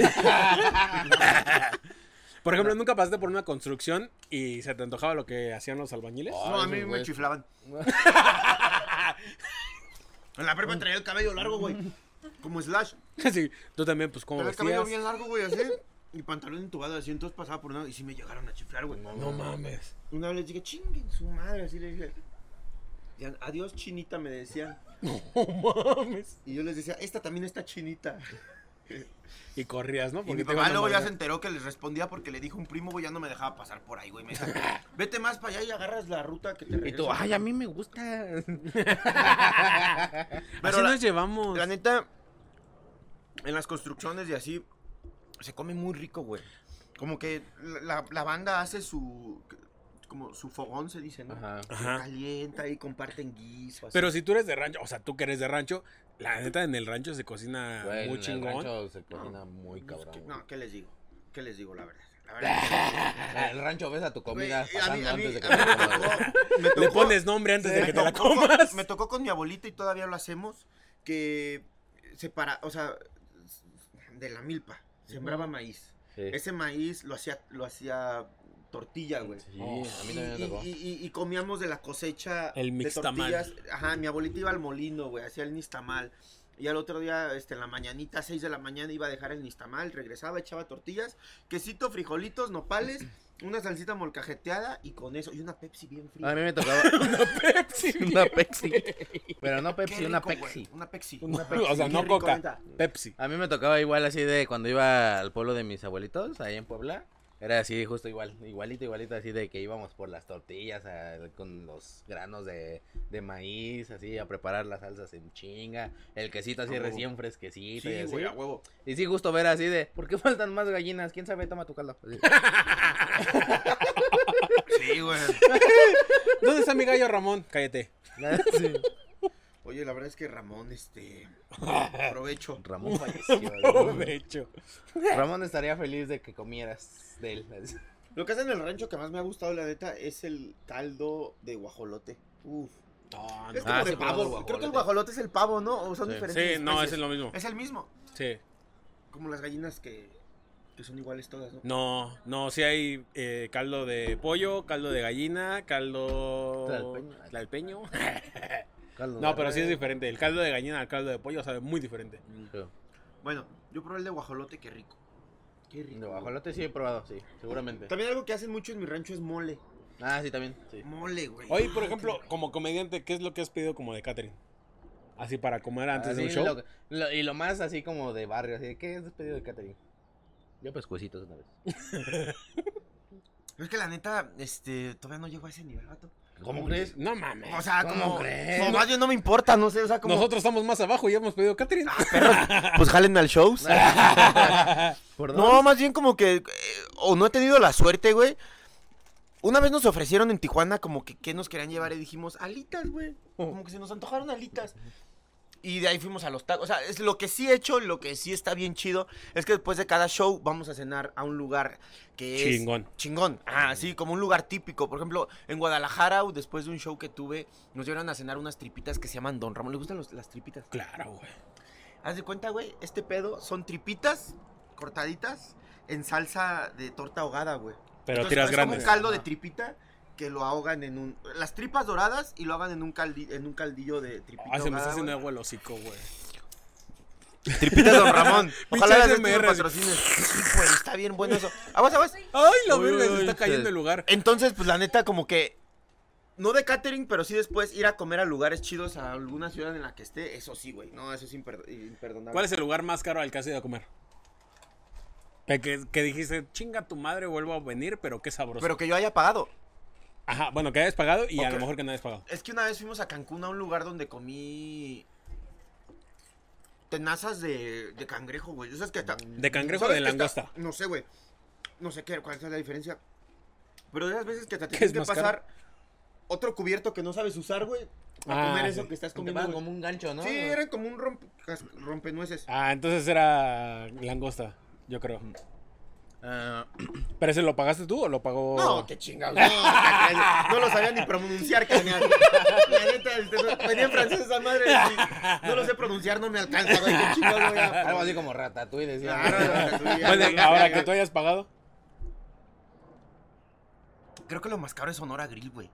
Por ejemplo, nunca pasaste por una construcción y se te antojaba lo que hacían los albañiles.
No, a mí
esos
me
güeyes.
chiflaban. En la prepa traía el cabello largo, güey.
Como slash.
sí, tú también, pues, como
Traía el cabello
vestías.
bien largo, güey, así. Y pantalón entubado así. Entonces pasaba por un lado y sí me llegaron a chiflar, güey.
No mames.
Una vez les dije, chinguen su madre. Así le dije. Decían, adiós, chinita, me decían.
No mames.
Y yo les decía, esta también está chinita.
Y corrías, ¿no?
Y mi
te
papá
iban a
luego ya se
amargar.
enteró que les respondía porque le dijo un primo, güey, ya no me dejaba pasar por ahí, güey. Me dijo, vete más para allá y agarras la ruta que te
Y tú,
regresa".
ay, a mí me gusta.
Pero
Así
la-
nos llevamos.
La neta, en las construcciones y así, se come muy rico, güey. Como que la- la, la banda hace su. Como su fogón se dice, ¿no?
Ajá.
Ajá.
Calienta y comparten guiso. así.
Pero si tú eres de rancho, o sea, tú que eres de rancho, la neta en el rancho se cocina
Güey, en
muy
el
chingón.
rancho se cocina muy
Pues,
cabrón.
¿qué-
güey.
no, ¿qué les digo? ¿Qué les digo, la verdad? La verdad.
En el rancho ves a tu
Güey,
comida
a mí- a
pasando
mí-
antes de que
a mí
te
me
comas, güey.
tocó- me
Le
tocó-
pones nombre antes de que te la
tocó con-
comas.
me tocó con mi abuelita y todavía lo hacemos, que separa, o sea, de la milpa, sembraba maíz.
Sí.
Ese maíz lo hacía, lo hacía tortilla, güey.
Sí,
Oh,
a mí
Y,
también me tocó.
y- y- y- y comíamos de la cosecha
El
de
mixtamal.
tortillas. Ajá, mi abuelita iba al molino, güey, hacía el nistamal. Y al otro día, este, en la mañanita, 6 de la mañana, iba a dejar el nistamal, regresaba, echaba tortillas, quesito, frijolitos, nopales, una salsita molcajeteada y con eso, y una Pepsi bien fría.
A mí me tocaba una Pepsi. Pero no
Qué
Pepsi, una
rico, güey,
Pepsi.
Una Pepsi.
No, o sea,
Qué
no
rico,
coca,
neta.
Pepsi.
A mí me tocaba igual así de cuando iba al pueblo de mis abuelitos, ahí en Puebla. Era así, justo igual, igualito, igualito, así de que íbamos por las tortillas a- con los granos de, de maíz, así, a preparar las salsas en chinga, el quesito así
A huevo.
recién fresquecito y
Sí,
así.
güey, a huevo.
Y sí, justo ver así de, ¿por qué faltan más gallinas? ¿Quién sabe? Toma tu caldo. Así.
Sí, güey.
¿Dónde está mi gallo Ramón? Cállate.
Sí.
Oye, la verdad es que Ramón, este. Provecho.
Ramón falleció.
Oh, Provecho.
Ramón estaría feliz de que comieras de él. así.
Lo que hacen en el rancho que más me ha gustado, la neta, es el caldo de guajolote. Uf.
No,
Es
no.
como
Ah,
de
sí,
pavo.
guajolote.
Creo que el guajolote es el pavo, ¿no? O son
Sí.
diferentes.
Sí, no,
especies.
ese es lo mismo.
Es el mismo.
Sí.
Como las gallinas que, que son iguales todas, ¿no?
No, no, sí hay eh, caldo de pollo, caldo de gallina, caldo...
Tlalpeño.
Tlalpeño.
Caldo
No,
de
pero sí es
res.
diferente. El caldo de gallina al caldo de pollo sabe muy diferente.
Bueno, yo probé el de guajolote, qué rico.
Qué rico.
De guajolote sí he probado, sí, seguramente.
También algo que hacen mucho en mi rancho es mole.
Ah, sí, también. Sí.
Mole, güey.
Hoy, por ejemplo, como comediante, ¿qué es lo que has pedido como de catering? Así para comer antes de un
Así,
show.
Ah, lo- lo- y lo más así como de barrio, así, de, ¿qué es despedido de catering? Yo pescuecitos una vez.
Es que la neta, este, todavía no llego a ese nivel, vato.
¿Cómo crees?
No mames.
O sea,
¿Cómo
como.
crees?
No, más bien no me importa, no sé, o sea, como.
Nosotros estamos más abajo y hemos pedido catering.
Pues jálenme al show.
¿Por
No, más bien como que. eh, o no he tenido la suerte, güey. Una vez nos ofrecieron en Tijuana como que qué nos querían llevar y dijimos, alitas, güey. Como que se nos antojaron alitas. Y de ahí fuimos a los tacos. O sea, es lo que sí he hecho, lo que sí está bien chido, es que después de cada show vamos a cenar a un lugar que es...
Chingón.
Chingón. Ah, sí, como un lugar típico. Por ejemplo, en Guadalajara, después de un show que tuve, nos dieron a cenar unas tripitas que se llaman Don Ramón. ¿Le gustan los- las tripitas?
Claro, güey.
Haz de cuenta, güey, este pedo son tripitas cortaditas en salsa de torta ahogada, güey.
Pero
Entonces,
tiras
es
grandes.
un caldo de tripita que lo ahogan en un... Las tripas doradas y lo hagan en un, caldi- en un caldillo de tripita
Ay, Ah, se me
ahogada,
está haciendo
güey.
agua el hocico, güey.
Tripitas Don Ramón. Ojalá
Pinche
las de
SMR, así.
patrocines. Sí, güey, está bien bueno eso. Aguas, aguas.
Ay, la
Uy,
verga, se
uy,
está cayendo
ustedes.
el lugar.
Entonces, pues la neta, como que. No de catering, pero sí después ir a comer a lugares chidos a alguna ciudad en la que esté. Eso sí, güey. No, eso es imper-
Pues
imperdonable.
¿Cuál es el lugar más caro al que has ido a comer? Que, que- que dijiste, chinga tu madre, vuelvo a venir, pero qué sabroso.
Pero que yo haya pagado.
Ajá, bueno, que hayas pagado y a
Ok.
lo mejor que no hayas pagado.
Es que una vez fuimos a Cancún a un lugar donde comí. Tenazas de, de cangrejo, güey. O sea, es que ta-
De cangrejo o de
¿sabes que está-
langosta.
No sé, güey. No sé qué, cuál es la diferencia. Pero de las veces que te
es
tienes que
más caro?
pasar otro cubierto que no sabes usar, güey. A
Ah,
comer
sí.
eso que estás
Te
comiendo.
pagan
güey.
como un gancho, ¿no?
Sí, eran como un romp- cas- rompenueces.
Ah, entonces era langosta, yo creo.
Ah,
¿Pero ese lo pagaste tú o lo pagó?
No, qué chingados. No, no lo sabía ni pronunciar, cañón. La neta, este, no- venía en francés esa madre. sí. No lo sé pronunciar, no me alcanza, güey. Qué chingados, güey.
algo así como ratatouille, decía.
Bueno, ahora que tú hayas pagado.
Creo que lo más caro es Sonora Grill, güey.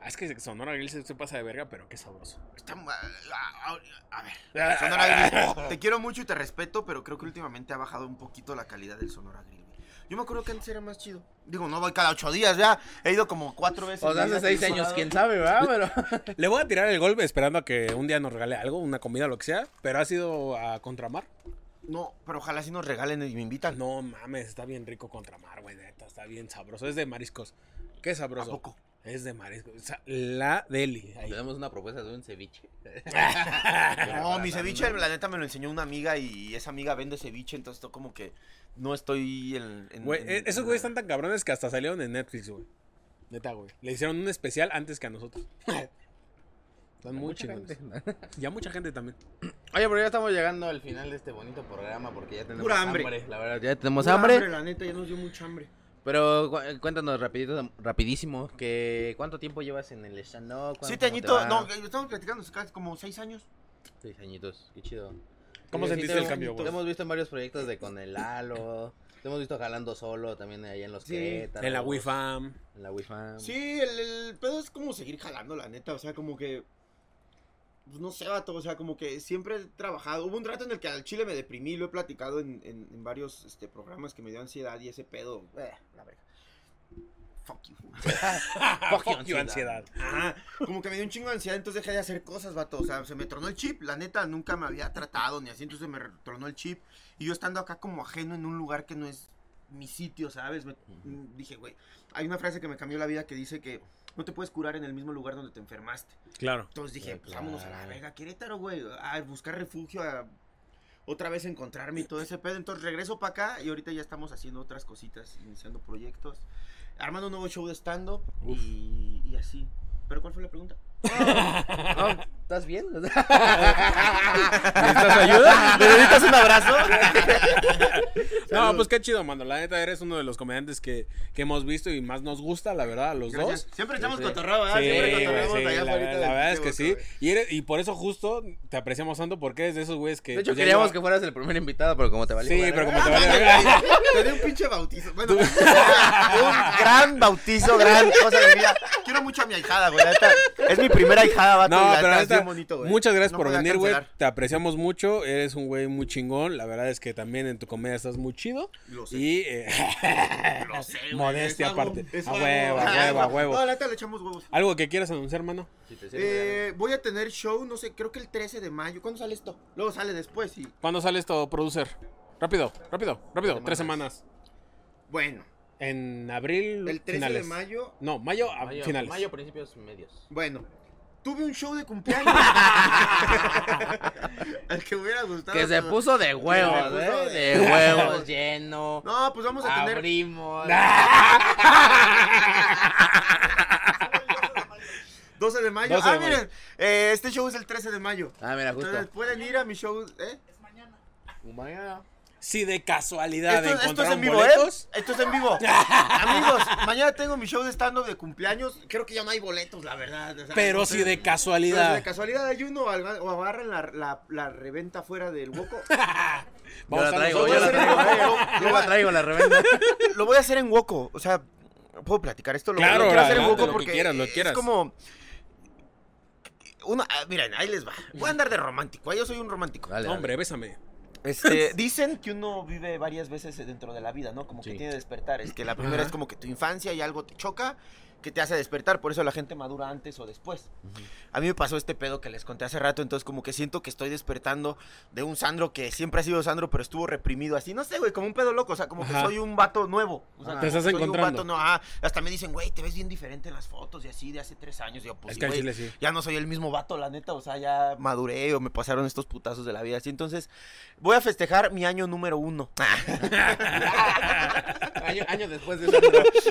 Ah, es que Sonora Grill se, se pasa de verga, pero qué sabroso.
Está ma- a- a- a ver.
Ah,
Sonora Grill. Te quiero mucho y te respeto, pero creo que últimamente ha bajado un poquito la calidad del Sonora Grill. güey. Yo me acuerdo que antes era más chido. Digo, no voy cada ocho días, ya. He ido como cuatro veces.
Pues
O sea, hace seis años, quién sabe, ¿verdad? Pero...
Le voy a tirar el golpe esperando a que un día nos regale algo, una comida, lo que sea, pero ha sido a Contramar.
No, pero ojalá sí nos regalen y me invitan.
No mames, está bien rico Contramar, güey, neta, está bien sabroso. Es de mariscos. Qué
¿A
sabroso.
poco?
Es de mariscos. O sea, la deli. ahí.
Tenemos una propuesta de un ceviche.
No, mi ceviche, la neta, me lo enseñó una amiga y esa amiga vende ceviche, entonces to- como que no estoy en... en-
Güey,
en-
eh, esos
en-
güeyes están tan cabrones que hasta salieron en Netflix, güey. Neta, güey. Le hicieron un especial antes que a nosotros. Están muy
Mucha
chingones.
gente.
Y a mucha gente también.
Oye, pero ya estamos llegando al final de este bonito programa porque ya tenemos
Pura hambre.
La verdad, ya tenemos
Pura
hambre.
La neta, ya nos dio mucha hambre.
Pero cu- eh, cuéntanos rapidito, rapidísimo, que ¿cuánto tiempo llevas en el stand-up? ¿Cuánto
Siete
te
añitos,
va?
no, estamos platicando casi como seis años.
Seis añitos, qué chido.
¿Cómo
Sí, sí,
sentiste
te
el
hemos-
cambio,
Te
güey?
hemos visto en varios proyectos de con el Halo, te hemos visto jalando solo también allá en los
Sí.
Querétaros,
En la WiFam.
En la Wifam.
Sí, el, el pedo es como seguir jalando, la neta. O sea, como que. Pues no sé, vato. O sea, como que siempre he trabajado. Hubo un rato en el que al chile me deprimí. Lo he platicado en, en- en varios este, programas que me dio ansiedad y ese pedo. eh, la verga.
Fuck you.
Fuck
Fuck
you,
you,
ansiedad.
Ajá,
Como que me dio un chingo de ansiedad, entonces dejé de hacer cosas, vato. O sea, se me tronó el chip. La neta, nunca me había tratado ni así, entonces me tronó el chip. Y yo estando acá como ajeno en un lugar que no es
mi sitio, ¿sabes? Me- mm, dije, güey, hay una frase que me cambió la vida que dice que no te puedes curar en el mismo lugar donde te enfermaste.
Claro.
Entonces dije,
Güey,
pues vámonos a la
claro.
verga, Querétaro, güey, a buscar refugio, a otra vez encontrarme y todo ese pedo. Entonces regreso para acá y ahorita ya estamos haciendo otras cositas, iniciando proyectos, armando un nuevo show de stand-up
Uf.
y, y así. ¿Pero cuál fue la pregunta?
No, ¿estás bien?
¿Necesitas ayuda? ¿Necesitas un abrazo? no, pues qué chido, mano. La neta, eres uno de los comediantes que, que hemos visto y más nos gusta, la verdad, a los
Gracias.
dos.
Siempre echamos
Sí, sí.
cotorreo, ¿verdad?
Sí,
Siempre
güey,
cotorreamos
sí,
allá
la,
afuera
la
del
verdad es que
pinche
sí.
boca, güey.
Y, eres- y por eso justo te apreciamos tanto porque eres de esos güeyes que...
De hecho,
pues, ya
queríamos que
lleva-
fueras el primer invitado, pero como te valió.
Sí,
verga.
pero como te vale verga.
Te di un pinche bautizo. Bueno,
Un gran bautizo, gran cosa de mi vida. Quiero mucho a mi ahijada, güey. la neta. Es mi primera ahijada, vato. y
No,
la
pero la
neta, es
neta,
bien bonito, güey.
muchas gracias
No
por
podía
venir, güey.
cancelar.
Te apreciamos mucho. Eres un güey muy chingón. La verdad es que también en tu comedia estás muy chido.
Lo sé.
Y eh,
lo sé, güey,
modestia
es algo-
aparte.
es
A
algo-
huevo, a huevo, a huevo.
No, la neta le echamos huevos.
Algo que quieras anunciar, mano.
Si te sirve,
Eh, voy a tener show, no sé, creo que el 13 de mayo. ¿Cuándo sale esto? Luego sale después y.
¿Cuándo sale esto, producer? Rápido, rápido, rápido. Tres semanas.
Bueno,
En abril.
el 13
finales.
de mayo.
No, mayo,
dale.
a finales.
Mayo, principios, medios.
Bueno, tuve un show de cumpleaños. Al que me hubiera gustado.
Que se
pero-
puso de huevos,
puso
¿eh?
de-
De huevos, lleno.
No, pues vamos a tener.
Abrimos.
12 de mayo.
12 de
ah,
mayo.
miren, eh, este show es el 13 de mayo.
Ah, mira,
Entonces
justo.
pueden ir a mi show, ¿eh?
Mañana.
Si de casualidad
Esto, esto es
encontraron
en vivo,
boletos.
¿eh? Esto es en vivo.
Amigos, mañana tengo mi show de stand-up de cumpleaños. Creo que ya no hay boletos, la verdad.
Ah,
o sea,
Pero
no sé.
si de
Pero si de
casualidad.
casualidad hay uno, o alga- o agarren la, la, la reventa fuera del hueco.
Yo la
a
traigo, yo
nosotros.
la traigo. Yo la traigo, la revenda.
Lo voy a hacer en Woco. O sea, puedo platicar esto. Lo,
Claro,
lo quiero hacer en
adelante,
Woco
lo que
porque
quieras, lo quieras.
es como. Uno, ah, miren, ahí les va. Voy a andar de romántico. ah, Yo soy un romántico.
Dale,
Hombre, bésame.
Este, dicen que uno vive varias veces dentro de la vida, ¿no? Como que tiene despertares. Que la primera
Ajá.
es como que tu infancia y algo te choca, que te hace despertar. Por eso la gente madura antes o después. A mí me pasó este pedo que les conté hace rato, entonces como que siento que estoy despertando de un Sandro que siempre ha sido Sandro, pero estuvo reprimido así. No sé, güey, como un pedo loco. O sea, como
Ajá.
que soy un vato nuevo. O sea,
Te
como
estás
que soy un
encontrando.
vato no, ajá. hasta me dicen, güey, te ves bien diferente en las fotos y así de hace tres años. Y yo, pues,
Es
sí,
que al
güey,
chile sí.
ya no soy el mismo vato, la neta, o sea, ya maduré o me pasaron estos putazos de la vida así. Entonces, voy a festejar mi año número uno.
Año, año después de eso.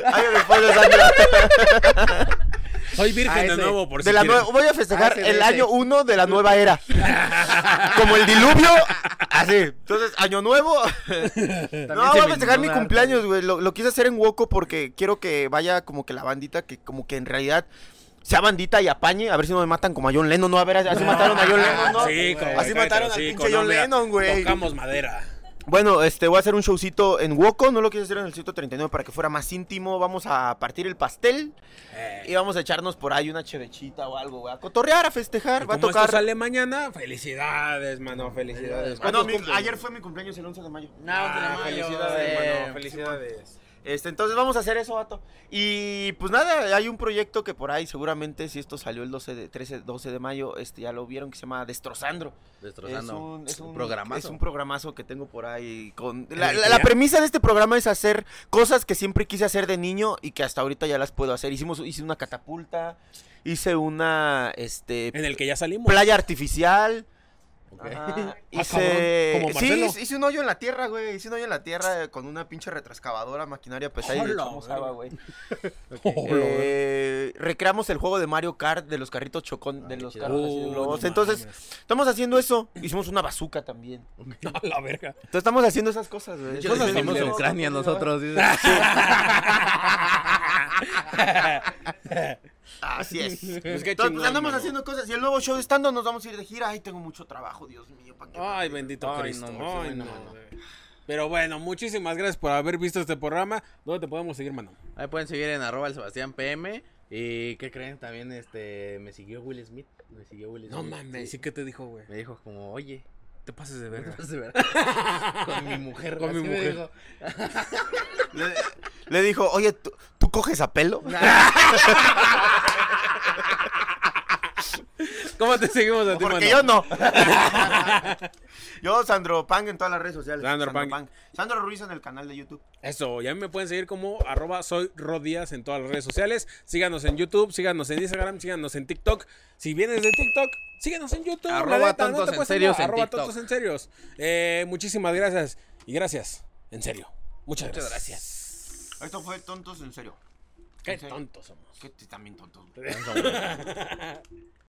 año después de Sandra.
Soy virgen
Ah,
de
ese.
nuevo, por si
De la
quieren.
nue- voy a festejar
Ah, ese,
el
ese.
año uno de la nueva era. Como el diluvio, así. Entonces, año nuevo. No, voy a festejar mi cumpleaños, güey. Lo, lo quise hacer en Woco porque quiero que vaya como que la bandita que como que en realidad sea bandita y apañe. A ver si no me matan como a John Lennon, ¿no? A ver, así mataron a John Lennon, ¿no?
Sí, como
Así
Querétaro,
mataron al
sí,
pinche John
Colombia.
Lennon, güey.
Tocamos madera.
Bueno, este, voy a hacer un showcito en Woco, no lo quise hacer en el 139 para que fuera más íntimo. Vamos a partir el pastel
Eh,
y vamos a echarnos por ahí una chevechita o algo, güey. A cotorrear, a
y
festejar, va a
como
tocar.
esto sale mañana, felicidades, mano, felicidades.
Ah, no, mi-
cumples,
ayer fue mi cumpleaños el 11 de mayo.
pues,
Ah, felicidades,
eh.
mano, felicidades.
Este, entonces vamos a hacer eso, vato. Y pues nada, hay un proyecto que por ahí seguramente si esto salió el 12 de 13, 12 de mayo, este ya lo vieron que se llama Destrozandro.
Destrozando.
Es un, es un-
programazo.
Es un programazo que tengo por ahí. Con, la, la-
que
la
ya-
premisa de este programa es hacer cosas que siempre quise hacer de niño y que hasta ahorita ya las puedo hacer. Hicimos, hice una catapulta, hice una este
En el que ya salimos.
playa artificial.
Ok.
ajá,
Ah, cabrón,
hice,
como
sí,
Marcelo.
hice- hice un hoyo en la tierra, güey. Hice un hoyo en la tierra eh, con una pinche retrascavadora, maquinaria pues, pesada. y le
Hola,
echamos agua, güey.
Hola,
Eh, recreamos el juego de Mario Kart de los carritos chocón, de
Ay,
los
qué
carros así de
Uh,
globos.
no
Entonces,
mames.
estamos haciendo eso. Hicimos una bazooka también.
No, la verga.
Entonces estamos haciendo esas cosas, güey.
Cosas
Cosas venimos de
familiares.
Ucrania nosotros. dice.
Así es.
Pues qué
Entonces,
chingón,
pues, andamos
mano.
haciendo cosas. Y el nuevo show de estando nos vamos a ir de gira. Ay, tengo mucho trabajo, Dios mío. ¿pa' qué?
Ay, bendito
Ay,
Cristo.
no,
Ay,
qué
no,
bueno, mano.
güey. Pero bueno, muchísimas gracias por haber visto este programa. ¿Dónde te podemos seguir, mano?
Ahí pueden seguir en arroba el Sebastián PM. ¿Y qué creen? También este me siguió Will Smith. Me siguió Will Smith.
No mames, sí
Sí.
que te dijo, güey.
Me dijo como, oye,
Te pases de verga.
¿vas a ver? con mi mujer.
Con mi
así me
mujer.
dijo.
Le, le dijo, oye, ¿tú, tú coges a pelo?
¿Cómo te seguimos a ti,
Porque
mano?
yo no. yo, Sandro Pang en todas las redes sociales.
Sandro Pang.
Sandro Ruiz en el canal de YouTube.
Eso, y a mí me pueden seguir como arroba soy Rodías en todas las redes sociales. Síganos en YouTube, síganos en Instagram, síganos en TikTok. Si vienes de TikTok, síganos en YouTube. la
Arroba
neta,
tontos
te
en
cuesta
serios
nada,
en
arroba
TikTok.
tontos en serios. Eh, muchísimas gracias. Y gracias, en serio. Muchas,
Muchas
gracias.
gracias.
Esto fue Tontos en serio.
Qué
En serio.
tontos somos.
Que t- también tontos. güey.